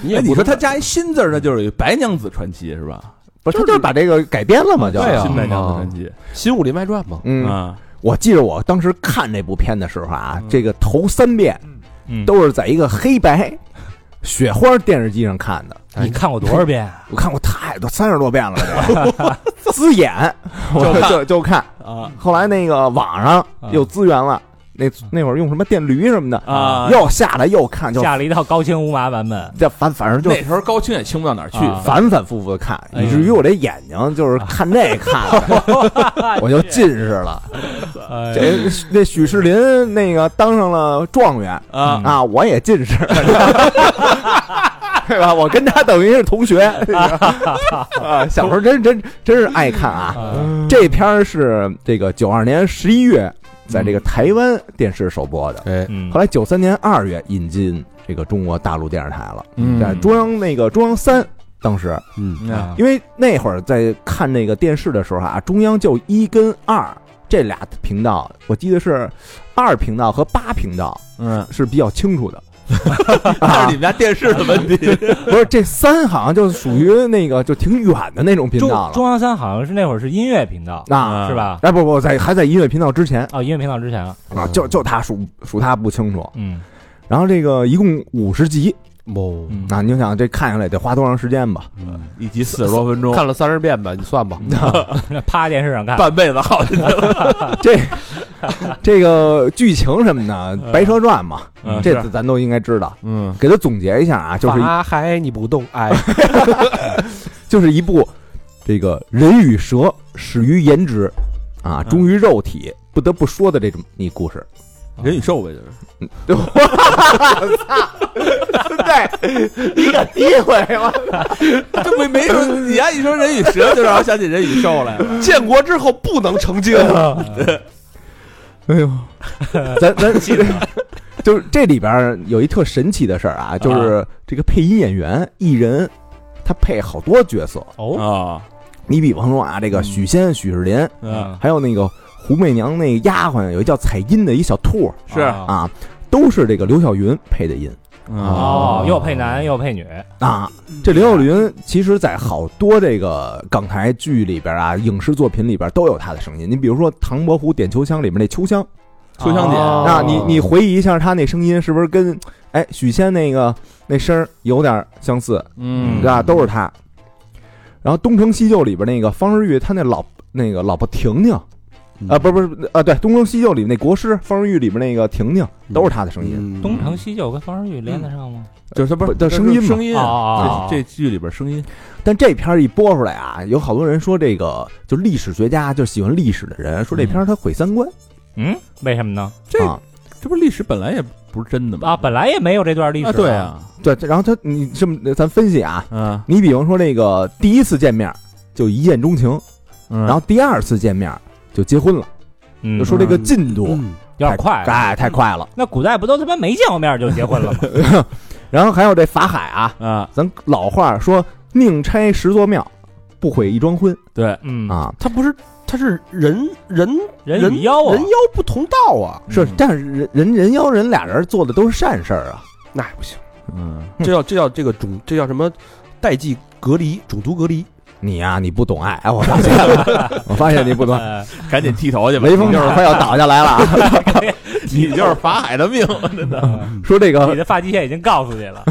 A: 你也
D: 哎你
A: 不
D: 说
A: 说
D: 他加一新字儿，那就是《白娘子传奇》是吧？
B: 不是，他就是把这个改编了嘛，就
A: 对啊
D: 新白娘子
J: 哦
D: 传奇
A: 《新武林外传》吗？
B: 嗯，
D: 啊，
B: 我记得我当时看这部片的时候啊，这个头三遍
C: 嗯
B: 都是在一个黑白雪花电视机上看的。
C: 你看过多少遍啊？
B: 我看过太多，三十多遍了，
C: 啊
B: 这资眼我就就看。后来那个网上有资源了，那那会儿用什么电驴什么的
C: 嗯啊
B: 又下来又看，就
C: 下了一套高清无码版本，
B: 这反反正就
D: 那时候高清也清不到哪儿去，
C: 啊
B: 反反复复的看，
C: 哎
B: 以至于我这眼睛就是看这看 的，我就近视了。
C: 哎
B: 这那许世林那个当上了状元
C: 啊
B: 啊，我也近视， 对吧？我跟他等于是同学 啊。小时候真真真是爱看啊。这片儿是这个九二年十一月在这个台湾电视首播的，
H: 哎，
C: 嗯
B: 后来九三年二月引进这个中国大陆电视台了，
H: 嗯
B: 在中央那个中央三。当时，
D: 嗯
H: 啊
B: 因为那会儿在看那个电视的时候啊，中央就一跟二这俩频道，我记得是二频道和八频道
D: 嗯，
B: 是比较清楚的。
D: 那是你们家电视的问题。
B: 不是这三好像就属于那个就挺远的那种频
C: 中
B: 道了
C: 中央三好像是那会儿是音乐频道，
B: 啊
C: 是？吧？
B: 哎，不不，在还在音乐频道之前
C: 哦，音乐频道之前啊，
B: 啊，就就他数数他不清楚。
C: 嗯
B: 然后这个一共五十集
H: 某
C: 嗯
B: 啊，你就想这看下来得花多长时间吧？
D: 哦嗯一集四十多分钟，
H: 看了三十遍吧，你算 吧。
C: 趴电视上看，
D: 半辈子耗进去了。
B: 这这个剧情什么的，《白蛇传》嘛，
D: 嗯
B: 这
D: 是
B: 咱都应该知道。
D: 嗯，
B: 给他总结一下啊，就是一
H: 法海你不懂， 哎，
B: 就是一部这个人与蛇始于颜值，啊，
D: 嗯
B: 忠于肉体，不得不说的这种一故事。
D: 啊人与兽呗，就是。
B: 你敢诋毁吗？
D: 这没没说，你丫一说人与蛇，就让我想起人与兽来了。
H: 建国之后不能成 精，
B: 哎呦， 咱咱 记得。就是这里边儿有一特神奇的事儿啊，就是这个配音演员一人，他配好多角色。
C: 哦，
D: 啊，
B: 你比方说啊，这个许仙、许世林，
C: 啊
D: 嗯，
B: 还有那个胡媚娘那个丫鬟，有一叫彩音的一小兔儿
D: 是
C: 啊
B: 啊，都是这个刘晓云配的音。
D: 啊
C: 哦，又配男又配女，
B: 啊，这刘晓云其实，在好多这个港台剧里边啊，影视作品里边都有她的声音。你比如说《唐伯虎点秋香》里面那秋香，
D: 秋香姐
H: 哦
B: 那你你回忆一下她那声音，是不是跟哎许仙那个那声儿有点相似，
D: 嗯
B: 对吧？都是她。然后《东成西就》里边那个方世玉，他那老那个老婆婷婷，
D: 嗯
B: 啊，不是不是啊，对，《东成西就》里那国师方世玉里边那个婷婷，
D: 嗯
B: 都是她的声音。
C: 东成西就跟方世玉连得上吗？
D: 就是他不是
B: 不这
D: 这
B: 声音嘛啊
D: 声音
C: 哦哦哦
D: 这这剧里边声音
B: 但这片儿一播出来啊，有好多人说这个就历史学家，就喜欢历史的人说这片儿它毁三观、
C: 嗯，为什么呢？
D: 这
B: 啊。
D: 这不是历史本来也不是真的吗？
C: 啊，本来也没有这段历史，
D: 啊，对，啊，
B: 对，然后他你这么咱分析啊，
D: 嗯
B: 你比方说那个第一次见面就一见钟情，
D: 嗯，
B: 然后第二次见面就结婚了，
C: 嗯
B: 就，说这个进度、
D: 嗯
C: 有点快啊。
B: 哎太快了。
C: 那古代不都他妈没见过面 就结婚了吗？
B: 然后还有这法海啊，
D: 啊，
B: 咱老话说宁拆十座庙，不毁一桩婚
D: 对，
C: 嗯，
B: 啊。
H: 他不是，他是人人
C: 人与妖啊
H: 人，妖不同道啊，
B: 是，但是人人人妖人俩人做的都是善事儿啊，
H: 那不行，
D: 嗯，
H: 这叫这叫这个种这叫什么代际隔离，种族隔离。
B: 你呀、你不懂爱， 哎，我发现了，哎我发现你不 懂，
C: 呃
D: 赶紧剃头去吧，
B: 雷锋就是快要倒下来了。啊！
D: 你就是法海的命，
B: 说这
C: 嗯你
B: 个，
C: 的发际线已经告诉你 了，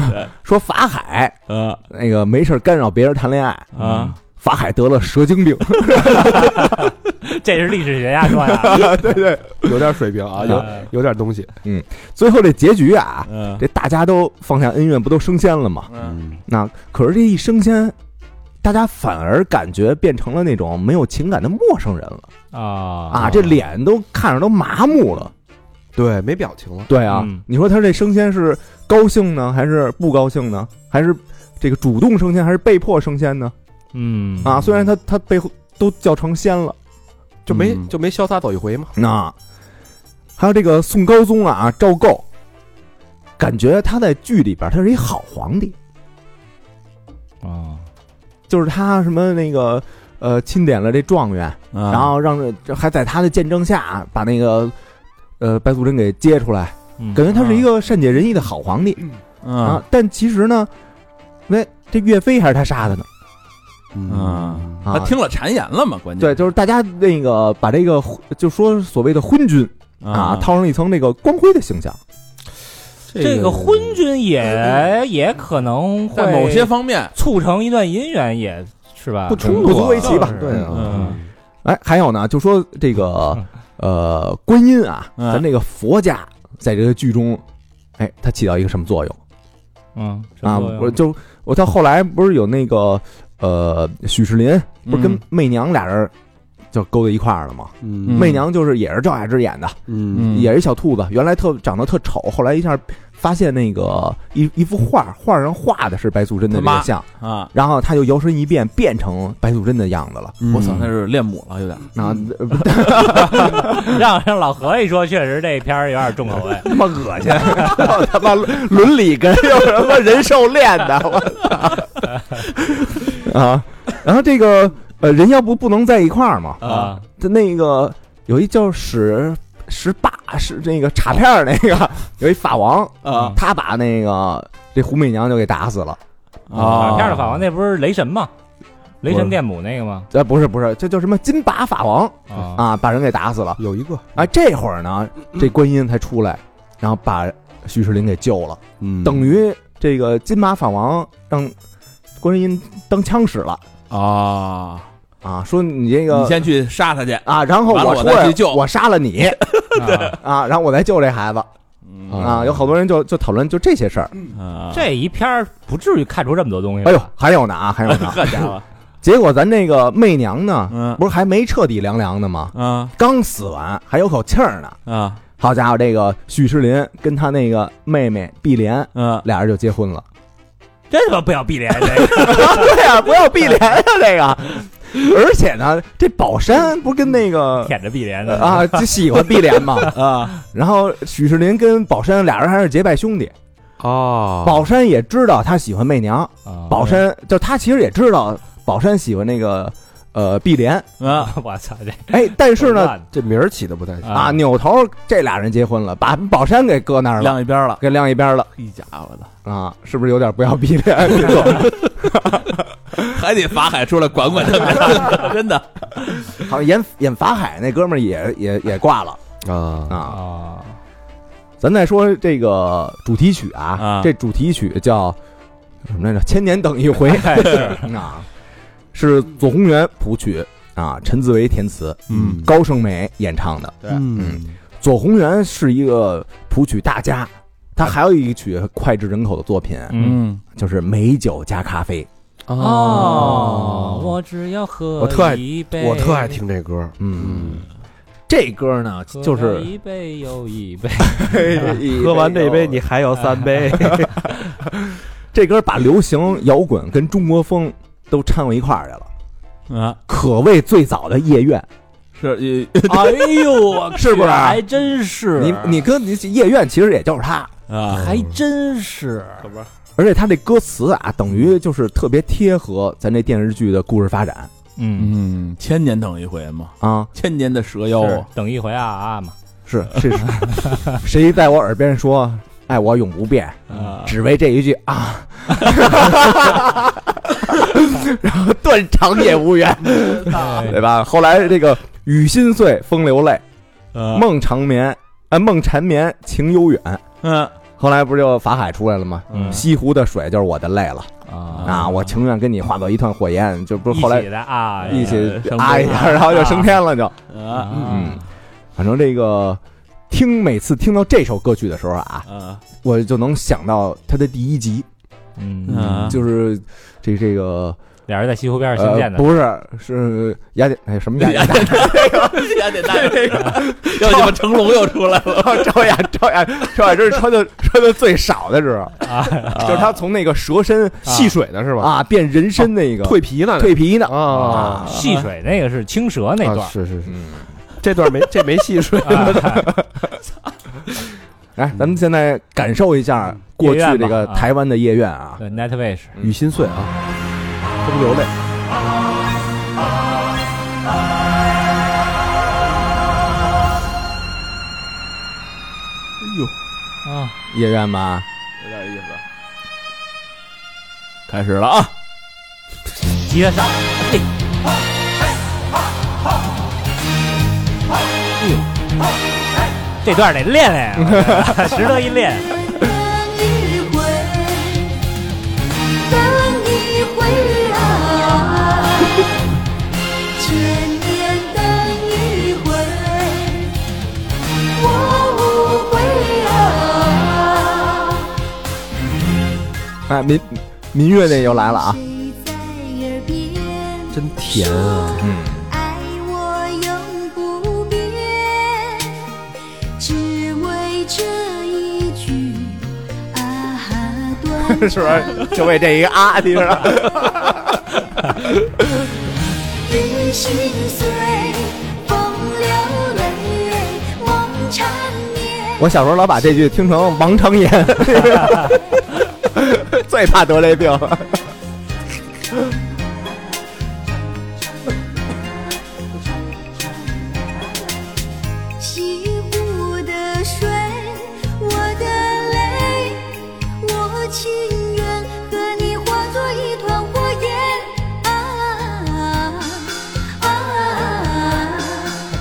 B: 说法海
D: 啊
B: 那个没事儿干扰别人谈恋爱，
D: 啊，
B: 法海得了蛇精病，
C: 这是历史学家说的。
H: 对对，有点水平啊，有
C: 呃
H: 有点东西。
B: 最后这结局啊，
D: 嗯
B: 这大家都放下恩怨，不都升仙了吗？
D: 嗯，
B: 那可是这一升仙，大家反而感觉变成了那种没有情感的陌生人了
C: 啊
B: 啊，这脸都看着都麻木了。
H: 对，没表情了。
B: 对啊，
C: 嗯
B: 你说他这升仙是高兴呢，还是不高兴呢？还是这个主动升仙，还是被迫升仙呢？
C: 嗯
B: 啊，虽然他他被都叫成仙了。
H: 就没
D: 嗯
H: 就没潇洒走一回嘛。
B: 那啊还有这个宋高宗啊，赵构，感觉他在剧里边儿他是一好皇帝，
C: 啊
B: 就是他什么那个呃钦点了这状元，
D: 然
B: 然后让这这还在他的见证下把那个呃白素贞给接出来，
C: 嗯
B: 感觉他是一个善解人意的好皇帝
D: 啊
B: 啊。但其实呢，那这岳飞还是他杀的呢
D: 嗯，他
B: 啊。
D: 听了谗言了嘛，关
B: 对，
D: 键
B: 就是大家那个把这个就说所谓的昏君
D: 对
B: 啊，套上一层那个光辉的形象。
C: 这个昏君也也可能会
D: 嗯在某些方面，
C: 促成一段姻缘，也是吧？
H: 不冲突啊
B: 不足为奇吧
C: 就是
H: 对啊
D: 嗯
B: 哎，还有呢，就说这个
C: 嗯
B: 呃，观音啊，
D: 嗯
B: 咱这个佛家在这个剧中，哎，它起到一个什么作用
C: 嗯什么
B: 啊？
C: 作用
B: 我就我到后来不是有那个呃，许世林不是跟
D: 嗯
B: 媚娘俩人就勾在一块儿了吗？
H: 嗯
B: 媚娘就是也是赵雅芝演的，
H: 嗯
B: 也是一小兔子，原来特长得特丑，后来一下发现那个一一幅画，画上画的是白素贞的
D: 他妈
B: 这个像，
D: 啊，
B: 然后他就摇身一变，变成白素贞的样子了。
D: 我操，那是恋母了，有点。
B: 啊，
C: 让让老何一说，确实这片儿有点重口 味。
B: 他妈 恶心，他妈伦理跟有什么人兽 恋的，我操！啊，然后这个呃，人要不不能在一块儿嘛，
C: 啊，
B: 他那个有一叫史史霸是那个卡片儿那 个有一法王
D: 啊，
B: 他把那个这胡媚娘就给打死了。
C: 卡
D: 啊
C: 片的法王那不是雷神吗？雷
B: 不
C: 神
B: 是
C: 电母那个吗？
B: 呃，不是不是，这叫什么金拔法王
C: 啊，
B: 啊，把人给打死了。
H: 有一个，
B: 啊，这会儿呢，
D: 嗯
B: 这观音才出来，然后把徐世林给救了。
H: 嗯
B: 等于这个金马法王让观音当枪使了
D: 啊！
B: 啊，说你 这
D: 你
B: 个
D: 先去杀他去，
B: 啊，然后
D: 完了我
B: 出
D: 再
B: 来
D: 去救
B: 我杀了你
C: 啊
B: 啊，然后我再救这孩子
D: 嗯
B: 啊，有好多人就就讨论就这些事儿。
D: 啊
C: 这一片儿不至于看出这么多东西吧。
B: 哎呦，还有呢啊，还有 呢。
D: 这家 伙，
B: 结果咱这个媚娘呢，
D: 嗯
B: 不是还没彻底凉凉的吗？
D: 啊
B: 刚死完还有口气儿呢。
D: 啊
B: 好家伙，这个许世林跟他那个妹妹碧莲
D: 啊！
B: 俩人就结婚了。
C: 这他妈不要闭脸这个
B: 对呀、不要碧莲呀、这个。而且呢，这宝山不是跟那个
C: 舔着闭
H: 嗯
C: 脸的
B: 啊，就喜欢 碧莲嘛啊。然后许世林跟宝山俩人还是结拜兄弟，
H: 哦，
B: 宝山也知道他喜欢媚娘，
C: 啊
B: 宝山就他其实也知道宝山喜欢那个呃碧莲，
D: 啊，
C: 我操这
B: 哎，但是呢
C: 乱
H: 这名儿起的不太行。
B: 啊，扭头这俩人结婚了，把宝山给搁那儿了，
D: 晾一边了，
B: 给晾一边了
D: 一家伙的，
B: 啊，是不是有点不要碧莲？这种
D: 还得法海出来管管他 们， 真的。
B: 好像演演法海那哥们儿也也也挂了
H: 啊，
B: 啊。
C: 啊
B: 咱再说这个主题曲啊，
D: 啊
B: 这主题曲叫什么来着？千年等一回
D: 哎
C: 哎
B: 啊，是左宏元谱曲啊，陈自为填词，
H: 嗯
B: 高胜美演唱的。
D: 对
H: 嗯，
B: 左宏元是一个谱曲大家，他还有一曲脍炙人口的作品，
D: 嗯，
B: 就是美酒加咖啡。
C: 哦，我只要喝
H: 我特爱
C: 一杯，
H: 我特爱听这歌。
B: 嗯，这歌呢，
C: 喝
B: 就
C: 了
B: 是
C: 一杯又一杯。
K: 喝完这杯你还要三杯，
B: 这歌把流行摇滚跟中国风都掺和一块儿去了，
D: 啊，
B: 可谓最早的夜愿。
D: 是呃
C: 哎 呦，我去
B: 是不是
C: 还真是
B: 你你跟你夜愿其实也就是他，
D: 啊，
C: 还真是
B: 而且他这歌词啊，等于就是特别贴合咱这电视剧的故事发展
C: 嗯。
D: 嗯，千年等一回嘛，
B: 啊。
D: 千年的蛇妖
C: 是
D: 啊，
C: 等一回啊啊嘛，
B: 是是 是，谁在我耳边说“爱我永不变”，只为这一句啊，然后断肠也无缘，对吧？后来这个雨心碎，风流泪，
D: 啊
B: 梦长眠，啊梦缠绵，情悠远。
D: 嗯
B: 后来不是就法海出来了吗？
C: 嗯
B: 西湖的水就是我的泪了
C: 啊，
B: 啊！我情愿跟你化作一团火焰，就不是后来
C: 一起的啊，
B: 一起
D: 升
B: 啊一
D: 天
B: 下，然后就升天了就。
D: 啊
B: 嗯，反正这个听每次听到这首歌曲的时候啊，
D: 啊
B: 我就能想到它的第一集，
C: 嗯，
D: 啊，
B: 就是这这个
C: 俩人在西湖边上相
B: 呃
C: 见的，
B: 不是是雅典哎什么雅典娜
D: 雅典娜这个，要你们成龙又出来了，
B: 赵雅赵雅赵雅芝是穿的 穿的最少的时候啊，就是她从那个蛇身
H: 戏水的是吧？
B: 啊变人身那个
H: 蜕皮呢？
B: 蜕皮呢
H: 啊，
C: 戏水那个是青蛇那段啊
H: 啊
C: 儿，
H: 是是是，
K: 这段没这没戏水，
B: 来，哎咱们现在感受一下过去
C: 夜愿吧
B: 这个
C: 啊嗯
B: 台湾的夜愿啊，
C: 对，Nightwish，
H: 雨心碎啊，
B: 风流泪。
C: 啊，
B: 夜愿吧，
D: 有点意思。开始了啊！
C: 吉他上，嘿，哎呦，这段得练练啊，值得一 练。
J: 等一回，等一回啊！千年等一回，啊
B: 哎，民民乐那又来了啊，
J: 真甜啊！
B: 嗯，
J: 爱我永不变，只为这一句啊哈断肠。
B: 是不是？就为这一个啊，你知道？
J: 人心碎，风流泪，望缠绵。
B: 我小时候老把这句听成王 成言，最怕得这病了。
J: 西湖的水，我的泪，我情愿和你化作一团火焰啊啊！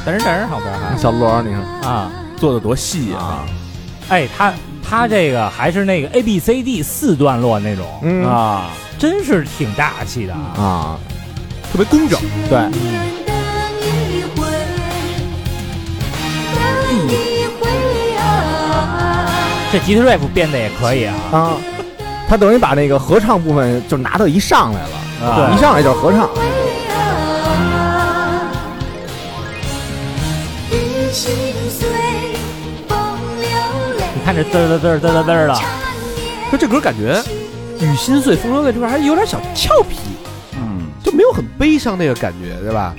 C: 噔噔好不好？
B: 小罗，你看，
C: 啊，
D: 做的多细啊！
C: 哎，他他这个还是那个 A B C D 四段落那种，
B: 嗯
D: 啊，
C: 真是挺大气的啊。
B: 啊，
H: 特别工整。
B: 对，
J: 等一回，等一回啊！
C: 这吉他 rap 变得也可以啊，
B: 啊，他等于把那个合唱部分就拿到一上来了，
C: 啊
B: 一上来就是合唱。
J: 人心碎，风流泪。
C: 你看这嘚儿嘚儿嘚儿嘚儿嘚儿的，
K: 就这歌感觉与心碎风流泪这边还有点小俏皮，
D: 嗯，
H: 就没有很悲伤那个感觉，对吧？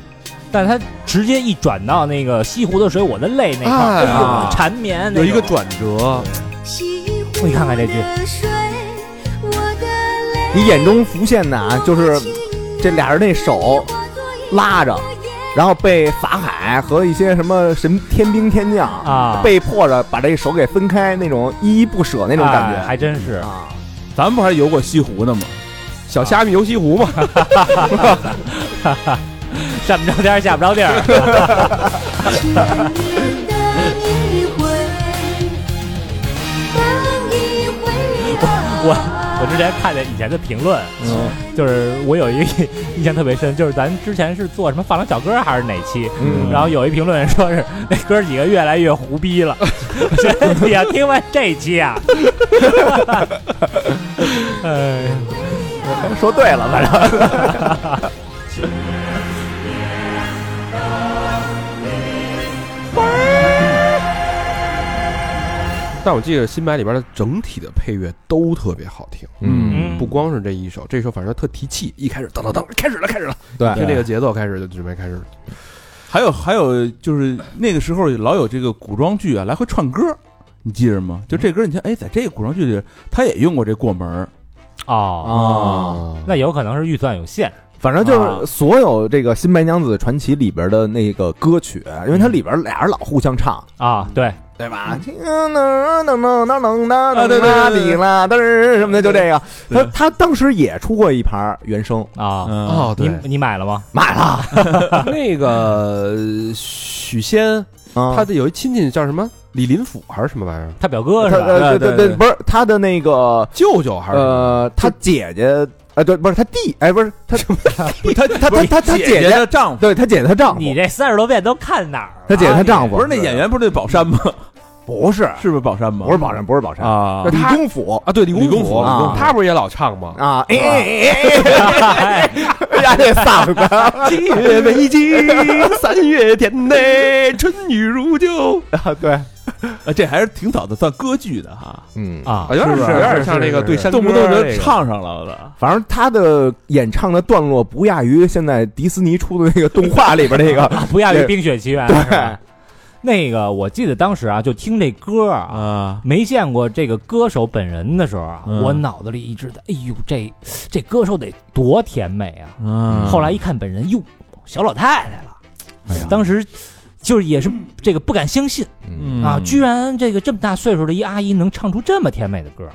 C: 但是他直接一转到那个西湖的水，我的泪那块儿，
H: 哎呀
C: 哎呦缠绵那
H: 有一个
C: 种
H: 转
C: 啊
H: 折，
C: 你看看这句
B: 你眼中浮现的啊，就是这俩人那手拉着，然后被法海和一些什么神天兵天将
C: 啊
B: 被迫着把这手给分开，那种依依不舍那种感
C: 哎
B: 觉
C: 还真是。
B: 啊。
D: 咱们不还游过西湖呢吗？
H: 小虾米游西湖嘛，
C: 上不着天儿下不着地儿， 我我之前看见以前的评论，就是我有一个 印象特别深，就是咱之前是做什么放羊小哥还是哪期，
B: 嗯
C: 然后有一评论说是那哥几个越来越胡逼了，我觉得你要听完这期啊， 哎，
B: 说对了，反正
H: 但我记得新白里边的整体的配乐都特别好听，
B: 嗯
H: 不光是这一首，这首反正特提气，一开始噔噔噔，开始了，开始了，
B: 对
H: 听这个节奏开始就准备开始，
D: 还有还有，就是那个时候老有这个古装剧啊，来回串歌，你记着吗？就这歌，你看，哎，在这个古装剧里，他也用过这过门儿
C: 哦，
B: 啊。
C: 那有可能是预算有限，
B: 反正就
C: 啊
B: 是所有这个《新白娘子传奇》里边的那个歌曲，因为它里边俩人老互相唱，
C: 啊，对，
B: 对吧？能能能能能能
C: 啊
B: 能比啦嘚儿什么的，就这个。他
D: 对
B: 他当时也出过一盘原声，
C: 啊，
B: 嗯
D: 啊，
B: 哦
C: 你你买了吗？
B: 买了。
H: 那个呃许仙，他
B: 他
H: 的有一亲戚叫什么李林甫还是什么玩意儿，
C: 他表哥
B: 他
C: 是吧？
B: 呃
D: 对
B: 对
D: 对
B: 对
D: 对
B: 不是他的那个
H: 舅舅还是什么
B: 呃他姐姐哎对不是他弟哎不是他
D: 不是他
B: 他他他他
D: 姐
B: 姐姐
D: 的丈夫，
B: 对他姐姐她丈夫
C: 你这三十多遍都看哪儿了？
B: 他姐姐她丈夫
D: 啊不是那演员，不是那宝山吗？
B: 不是
D: 是不是宝山吗？
B: 不是宝山不是宝山
D: 啊
B: 是，李公甫
H: 啊，对李
D: 李
H: 公
D: 公
H: 甫
D: 甫
B: 啊
H: 李公甫他不是也老唱吗？
B: 啊哎哎哎哎哎呀这嗓子
H: 七月为京，三月天内，春雨如旧。
B: 啊对
D: 啊这还是挺早的，算歌剧的哈，
B: 嗯
H: 啊，，
C: 啊
H: 有点像，有点像那个对山歌
D: 动不动
H: 那
D: 就
H: 个
D: 唱上了的。
B: 反正他的演唱的段落不亚于现在迪士尼出的那个动画里边那个
C: 啊不亚于
B: 对
C: 《冰雪奇缘》是吧。那个我记得当时啊，就听这歌啊，
D: 啊，
C: 没见过这个歌手本人的时候啊，
D: 嗯
C: 我脑子里一直在，哎呦，这这歌手得多甜美啊！
D: 嗯
C: 后来一看本人，哟，小老太太了，
B: 哎
C: 当时。就是也是这个不敢相信
B: 嗯
D: 嗯
C: 啊，居然这个这么大岁数的一阿姨能唱出这么甜美的歌，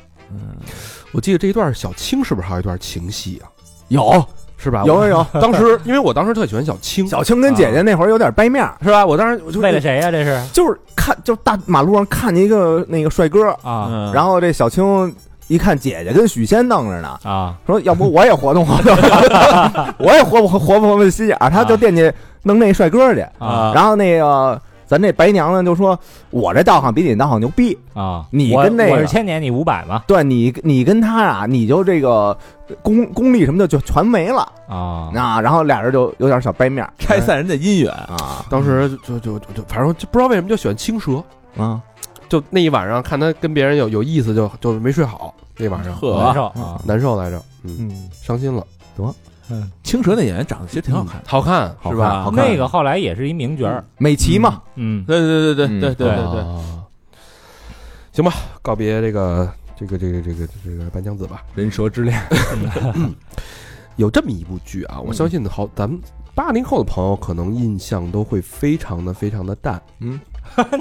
H: 我记得这一段小青是不是还有一段情戏啊？
B: 有
H: 是吧？
B: 有有有
H: 我。 当时因为我当时特喜欢小青，
B: 小青跟姐
A: 啊
B: 姐那会儿有点掰面儿
H: 是吧？我当时我就
C: 为了谁呀、这是
B: 就是看，就是大马路上看见一个那个帅哥，
C: 啊
D: 嗯
B: 然后这小青一看姐姐跟许仙弄着呢，
C: 啊
B: 说要不我也活动活 动，我也活活活活动心眼儿，他就惦记弄那帅哥去，
C: 啊
B: 然后那个。咱这白娘呢就说，我这道行比你道行牛逼，
C: 啊，
B: 你
C: 我
B: 跟那个
C: 我是千年，你五百嘛
B: 对你你跟他啊，你就这个功功力什么的就全没了
C: 啊，
B: 啊。然后俩人就有点小掰面儿
D: 拆散人家姻缘，
B: 啊
A: 当时就就就就反正就不知道为什么就喜欢青蛇，
B: 啊，
A: 就那一晚上看他跟别人有有意思就，就没睡好，那晚上
C: 难
D: 呵，
C: 受啊，
A: 难受来着，嗯，
B: 嗯，
A: 伤心了，嗯
D: 青蛇那演员长得其实挺好看的，
A: 好看
D: 是吧
B: 好看
C: 嗯那个后来也是一名角儿，
B: 美琪嘛，
C: 嗯，
D: 对对对对
B: 嗯
D: 对对对对，
A: 啊行吧，告别这个这个这个这个这个白娘子吧。嗯
B: 人蛇之恋，
A: 有这么一部剧啊，我相信好，咱们八零后的朋友可能印象都会非常的非常的淡，
D: 嗯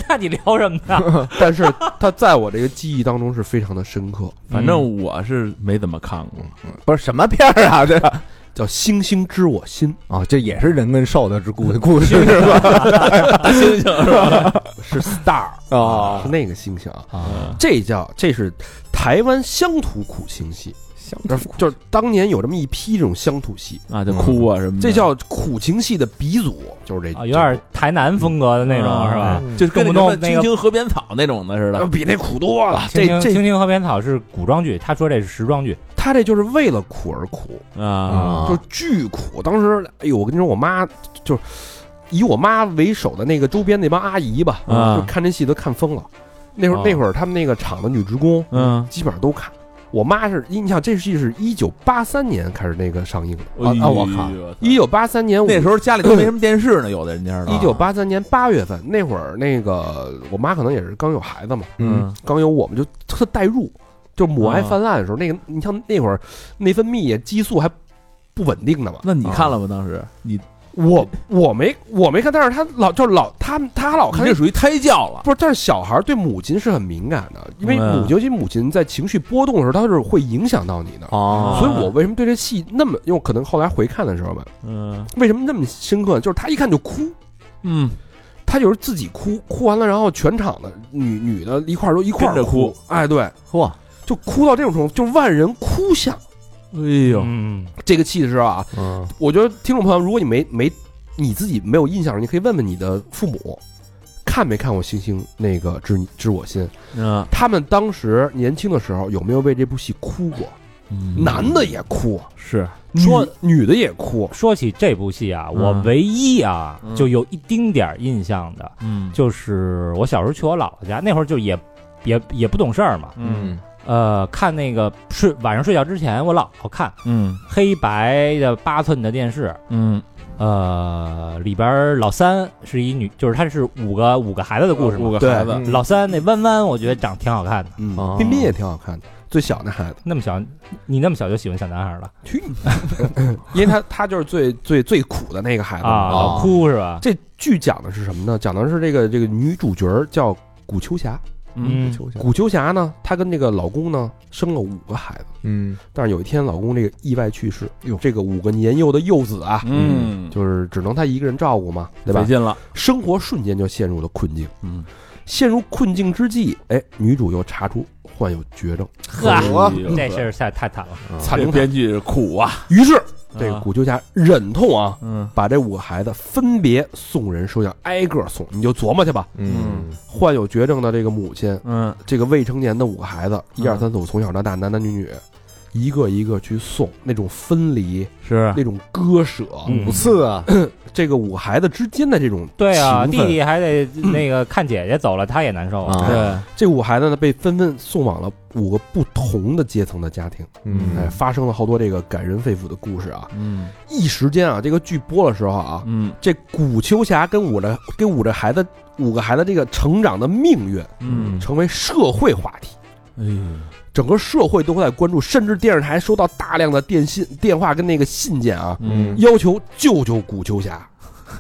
C: 那你聊什么呢？
A: 但是它在我这个记忆当中是非常的深刻，
D: 反正我是没怎么看过，
B: 不是什么片儿啊？这个
A: 叫《星星知我心嗯
B: 啊，这也是人跟兽的之故故事是 吧？
A: 是 Star
B: 啊
A: 是，那个星星啊，
C: 啊
A: 这叫这是台湾乡土苦情戏，
B: 乡
A: 就是当年有这么一批这种乡土戏，
D: 啊，就哭啊什么的，
A: 这叫苦情戏的鼻祖，就是这
C: 啊，有点台南风格的那种是吧？
D: 嗯就是跟
C: 动
D: 那
C: 不动
D: 个
C: 那
D: 青
C: 个
D: 青河边草那种的似
A: 呃
D: 的，
A: 比那苦多了。
C: 青青
A: 啊这
C: 青
A: 这
C: 青河边草是古装剧，他说这是时装剧
A: 他这就是为了苦而苦，嗯
D: 啊，
A: 就是巨苦。当时，哎呦，我跟你说，我妈就是以我妈为首的那个周边那帮阿姨吧，
D: 啊
A: 就看这戏都看疯了。那会
D: 哦
A: 儿那会儿他们那个厂的女职工，
D: 嗯，
A: 基本上都看。我妈是，你想这戏是一九八三年开始那个上映的，
D: 哎呦
B: 啊我靠，
A: 哦一九八三年
D: 那时
A: 候。
D: 候家里都没什么电视呢，有的人家
A: 一九八三年八月份那会儿，那个我妈可能也是刚有孩子嘛，
D: 嗯，
A: 刚有我们就特代入，就母爱泛滥的时候，那个你像那会儿内分泌也啊激素还不稳定呢嘛。
D: 那你看了吗？当时你
A: 我我没我没看，但是他老就是老他他老
D: 你
A: 看
D: 这。属于胎教了，
A: 不是，但是小孩对母亲是很敏感的，因为
D: 嗯
A: 母尤其母亲在情绪波动的时候，她是会影响到你的。
B: 哦
A: 所以我为什么对这戏那么，因为我可能后来回看的时候吧，
D: 嗯
A: 为什么那么深刻呢？就是他一看就哭，
D: 嗯，
A: 他就是自己哭，哭完了，然后全场的女女的一块儿都一块儿
D: 跟着哭
A: 哭，哎，对，
B: 嚯，
A: 就哭到这种程度，就万人哭像。
D: 哎呦，
C: 嗯，
A: 这个气势啊，
B: 嗯
A: 我觉得听众朋友，如果你没没你自己没有印象的时候，你可以问问你的父母，看没看过《星星》那个知你知我心？
D: 嗯，
A: 他们当时年轻的时候有没有为这部戏哭过？
C: 嗯
A: 男的也哭，
D: 是
A: 说女的也哭，
C: 说起这部戏啊，我
D: 嗯
C: 唯一啊
D: 嗯
C: 就有一丁点儿印象的，
D: 嗯
C: 就是我小时候去我姥姥家，那会儿就也也也不懂事儿嘛，
D: 嗯
C: 呃，看那个睡晚上睡觉之前，我姥姥看
D: 嗯
C: 黑白的八寸的电视，
D: 嗯，
C: 呃，里边儿老三是一女，就是她是五个五个孩子的故事嘛。
D: 五个孩子，
B: 嗯
C: 老三那弯弯，我觉得长得挺好看的。
A: 嗯
B: 哦
A: 彬彬也挺好看的，最小那孩子，
C: 那么小，你那么小就喜欢小男孩了
A: 因为他他就是最最最苦的那个孩子嘛
C: 啊？老哭是吧？
A: 这剧讲的是什么呢？讲的是这个这个女主角儿叫古秋霞。
C: 嗯
A: 古秋霞呢，她跟这个老公呢生了五个孩子，
B: 嗯
A: 但是有一天老公这个意外去世，这个五个年幼的幼子啊，
D: 嗯，
A: 就是只能她一个人照顾嘛，对
D: 费
A: 吧？
D: 劲了，
A: 生活瞬间就陷入了困境。
D: 嗯，
A: 陷入困境之际，哎，女主又查出患有绝症，
C: 哎
D: 哎
C: 呵，这啊事儿太太惨了。
B: 啊
A: 惨
D: 这
A: 痛
D: 编剧苦啊，
A: 于是这个古秋霞忍痛啊，
D: 嗯
A: 把这五个孩子分别送人收养，挨个送，你就琢磨去吧。
B: 嗯
A: 患有绝症的这个母亲
D: 嗯
A: 这个未成年的五个孩子，
D: 嗯
A: 一二三四五，从小到大，男男女女，一个一个去送，那种分离，
D: 是啊
A: 那种割舍，
C: 嗯
B: 五次啊，
A: 这个五个孩子之间的这种
C: 对啊，
A: 情
C: 弟
A: 分
C: 弟还得那个看姐姐走了，他也难
D: 哦
C: 受啊。
B: 啊
D: 对，
A: 这五个孩子呢，被纷纷送往了五个不同的阶层的家庭，哎，
B: 嗯
A: 发生了好多这个感人肺腑的故事啊！
D: 嗯
A: 一时间啊，这个剧播的时候啊，
D: 嗯
A: 这古秋霞跟我的跟我的孩子五个孩子这个成长的命运，
D: 嗯，
A: 成为社会话题。
D: 哎呦，
A: 整个社会都在关注，甚至电视台收到大量的电信、电话跟那个信件啊，
D: 嗯
A: 要求救救古秋霞，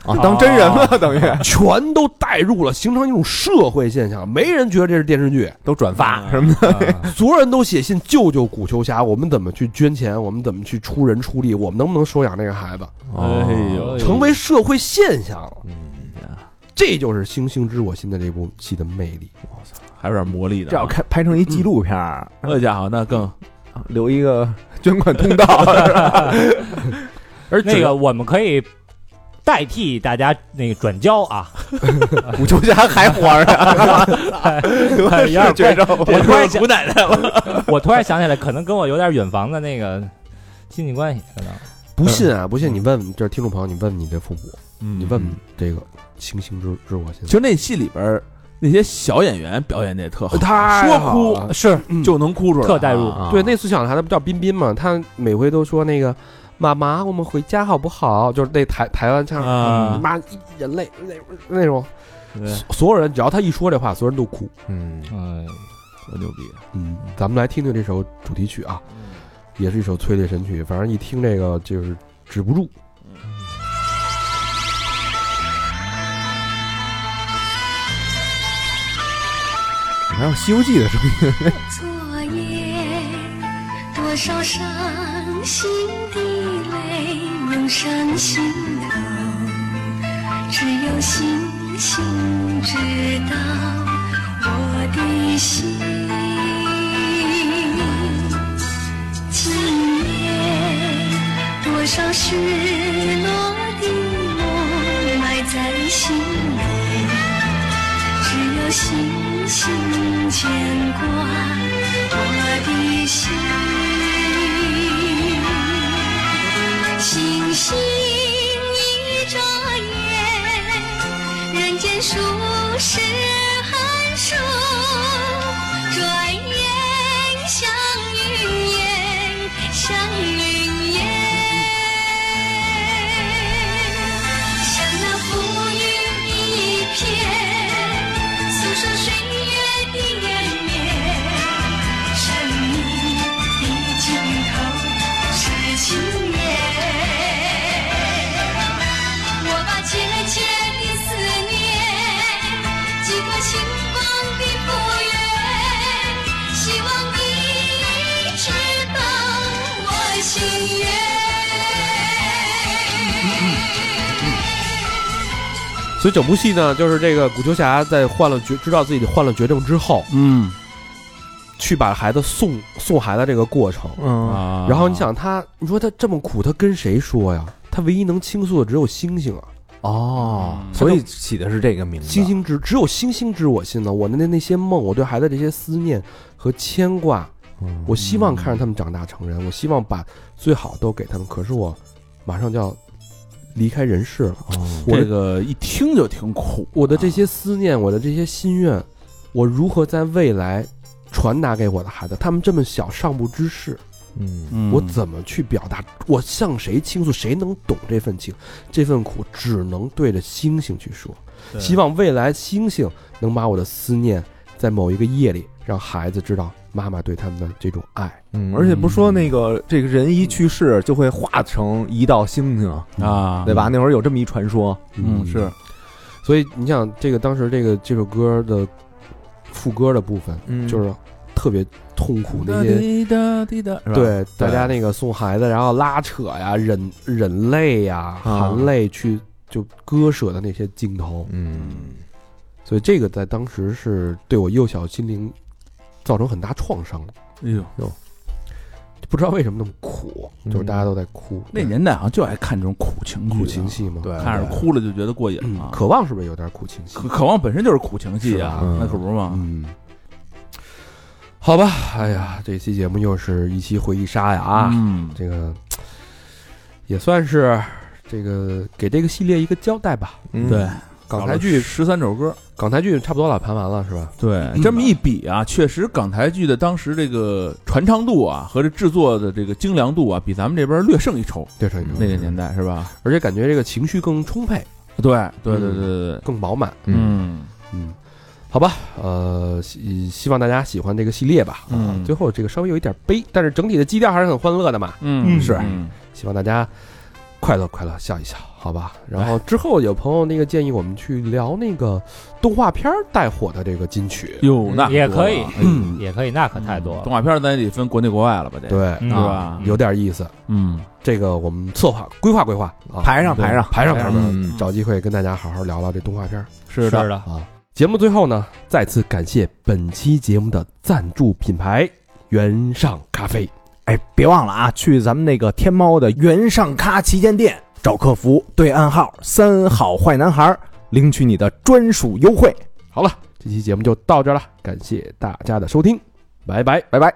B: 啊，当真人了等于
A: 全都带入了，形成一种社会现象。没人觉得这是电视剧，
B: 都转
D: 啊
B: 发什么的，
A: 所有人都写信救救古秋霞。我们怎么去捐钱？我们怎么去出人出力？我们能不能收养这个孩子？
D: 哎
B: 啊
D: 呦，嗯啊
A: 成为社会现象了。这就是《星星知我心》的这部戏的魅力。
D: 还有点魔力的，啊
B: 这要开拍成一纪录片儿，
D: 这家伙哎那更
B: 啊留一 个捐款通道，
A: 而
C: 那个，我们可以代替大家那个转交啊，
B: 五球侠还活 着，得
C: 哎有点
B: 是绝症。
C: 我突然想，奶奶了。 我突然想起来，可能跟我有点远房的那个亲戚关系，可能
A: 不信
D: 嗯
A: 啊，不信你问问，就是听众朋友，你问问你这父母，你
D: 你
A: 问问这个星星之之我现在
D: 其实嗯那戏里边儿那些小演员表演的也特
A: 哦
D: 好，
A: 太
D: 说
A: 好了
D: 哭
C: 是
D: 啊嗯就能哭出来，
C: 特带入
D: 啊
A: 嗯对，那次小男孩不叫彬彬嘛，他每回都说那个妈妈，我们回家好不好？就是那台台湾腔，
H: 嗯
A: 嗯
D: 啊
A: 妈一眼泪那那种，所有人只要他一说这话，所有人都哭。
B: 嗯，
C: 嗯，
D: 特哎牛逼。啊嗯
A: 嗯，咱们来听听这首主题曲啊，也是一首催泪神曲，反正一听这个就是止不住。
B: 还有《西游记》的声音，
J: 昨夜多少伤心的泪涌上心头，只有星星知道我的心。今夜多少失落的梦埋在心里。只有星星牵挂我的心，星星一眨眼，人间数是寒暑，转眼像云烟，像云烟。像那浮云一片，诉说岁月的延绵。生命的尽头是情缘。我把切切的思念寄托星光的复原，希望你一直等我心愿。
A: 所以整部戏呢，就是这个古球侠在患了绝，知道自己患了绝症之后，
D: 嗯
A: 去把孩子送送孩子这个过程。
B: 嗯，
D: 啊，
A: 然后你想他，你说他这么苦，他跟谁说呀？他唯一能倾诉的只有星星啊，
B: 哦，所以起的是这个名字。
A: 星星知只有星星知我心呢。我的那那些梦，我对孩子这些思念和牵挂，
B: 嗯，
A: 我希望看着他们长大成人，我希望把最好都给他们。可是我马上就要离开人世了，
B: 哦
A: 我
D: 这
A: 的
D: 个一听就挺苦，啊
A: 我的这些思念，我的这些心愿，我如何在未来传达给我的孩子？他们这么小，尚不知事，
B: 嗯，
D: 嗯
A: 我怎么去表达？我向谁倾诉？谁能懂这份情？这份苦只能对着星星去说。希望未来星星能把我的思念，在某一个夜里，让孩子知道妈妈对他们的这种爱。
B: 嗯，而且不是说那个这个人一去世就会化成一道星星，
D: 啊，
B: 对吧？？那会儿有这么一传说，
D: 嗯，是，
A: 所以你想，这个当时这个这首歌的副歌的部分，
B: 嗯
A: 就是特别痛苦那些。
D: 滴答滴答，是吧，
A: 对，大
D: 对
A: 家那个送孩子，然后拉扯呀、忍忍泪呀、
B: 啊
A: 含泪去就割舍的那些镜头，
B: 嗯，
A: 所以这个在当时是对我幼小心灵造成很大创伤的，
D: 哎呦，
A: 不知道为什么那么苦，就是大家都在哭，
D: 那年代好像就爱看这种苦情剧啊
A: 苦情，戏嘛，
B: 对
D: 看着哭了就觉得过瘾
A: 哎嗯
D: 啊。
A: 渴望是不是有点苦情戏？
D: 渴渴望本身就是苦情戏啊
B: 是吧，
D: 那可不是吗？
A: 嗯， 好吧，哎呀，这期节目又是一期回忆杀呀啊，
D: 嗯
A: 这个也算是这个给这个系列一个交代吧。
B: 嗯
D: 对，
A: 港台剧嗯
D: 十三首歌，
A: 港台剧差不多了，盘完了是吧？
D: 对，这么一比啊，确实港台剧的当时这个传唱度啊和这制作的这个精良度啊，比咱们这边略胜一筹。
A: 对，上一周
D: 那个年，代是吧？
A: 而且感觉这个情绪更充沛，嗯
D: 对，对，对，对，对，对
A: 更饱满。
B: 嗯，
A: 嗯，好吧，呃，希希望大家喜欢这个系列吧。啊
D: 嗯
A: 最后这个稍微有一点悲，但是整体的基调还是很欢乐的嘛。
D: 嗯，
A: 是
D: 嗯
A: 希望大家快乐快乐，笑一笑，好吧。然后之后有朋友那个建议我们去聊那个动画片儿带火的这个金曲，
D: 哟，那
C: 也
D: 多了
C: 可以
A: 啊
D: 哎，
C: 嗯也可以，那可太多了。
D: 动画片儿咱也得分国内国外了吧？得，
A: 对，啊
C: 嗯
D: 是吧？
A: 有点意思。
D: 嗯，
A: 这个我们策划规划规划啊，
B: 排上
D: 对
B: 排上
A: 排上排
B: 嗯
A: 上，找机会跟大家好好聊聊这动画片儿。
D: 是
C: 是
D: 的，
C: 的，
A: 啊。节目最后呢，再次感谢本期节目的赞助品牌原上咖啡。
B: 哎，别忘了啊，去咱们那个天猫的原上咖旗舰店找客服对暗号“三好坏男孩”，领取你的专属优惠。
A: 好了，这期节目就到这儿了，感谢大家的收听，拜拜，
B: 拜拜。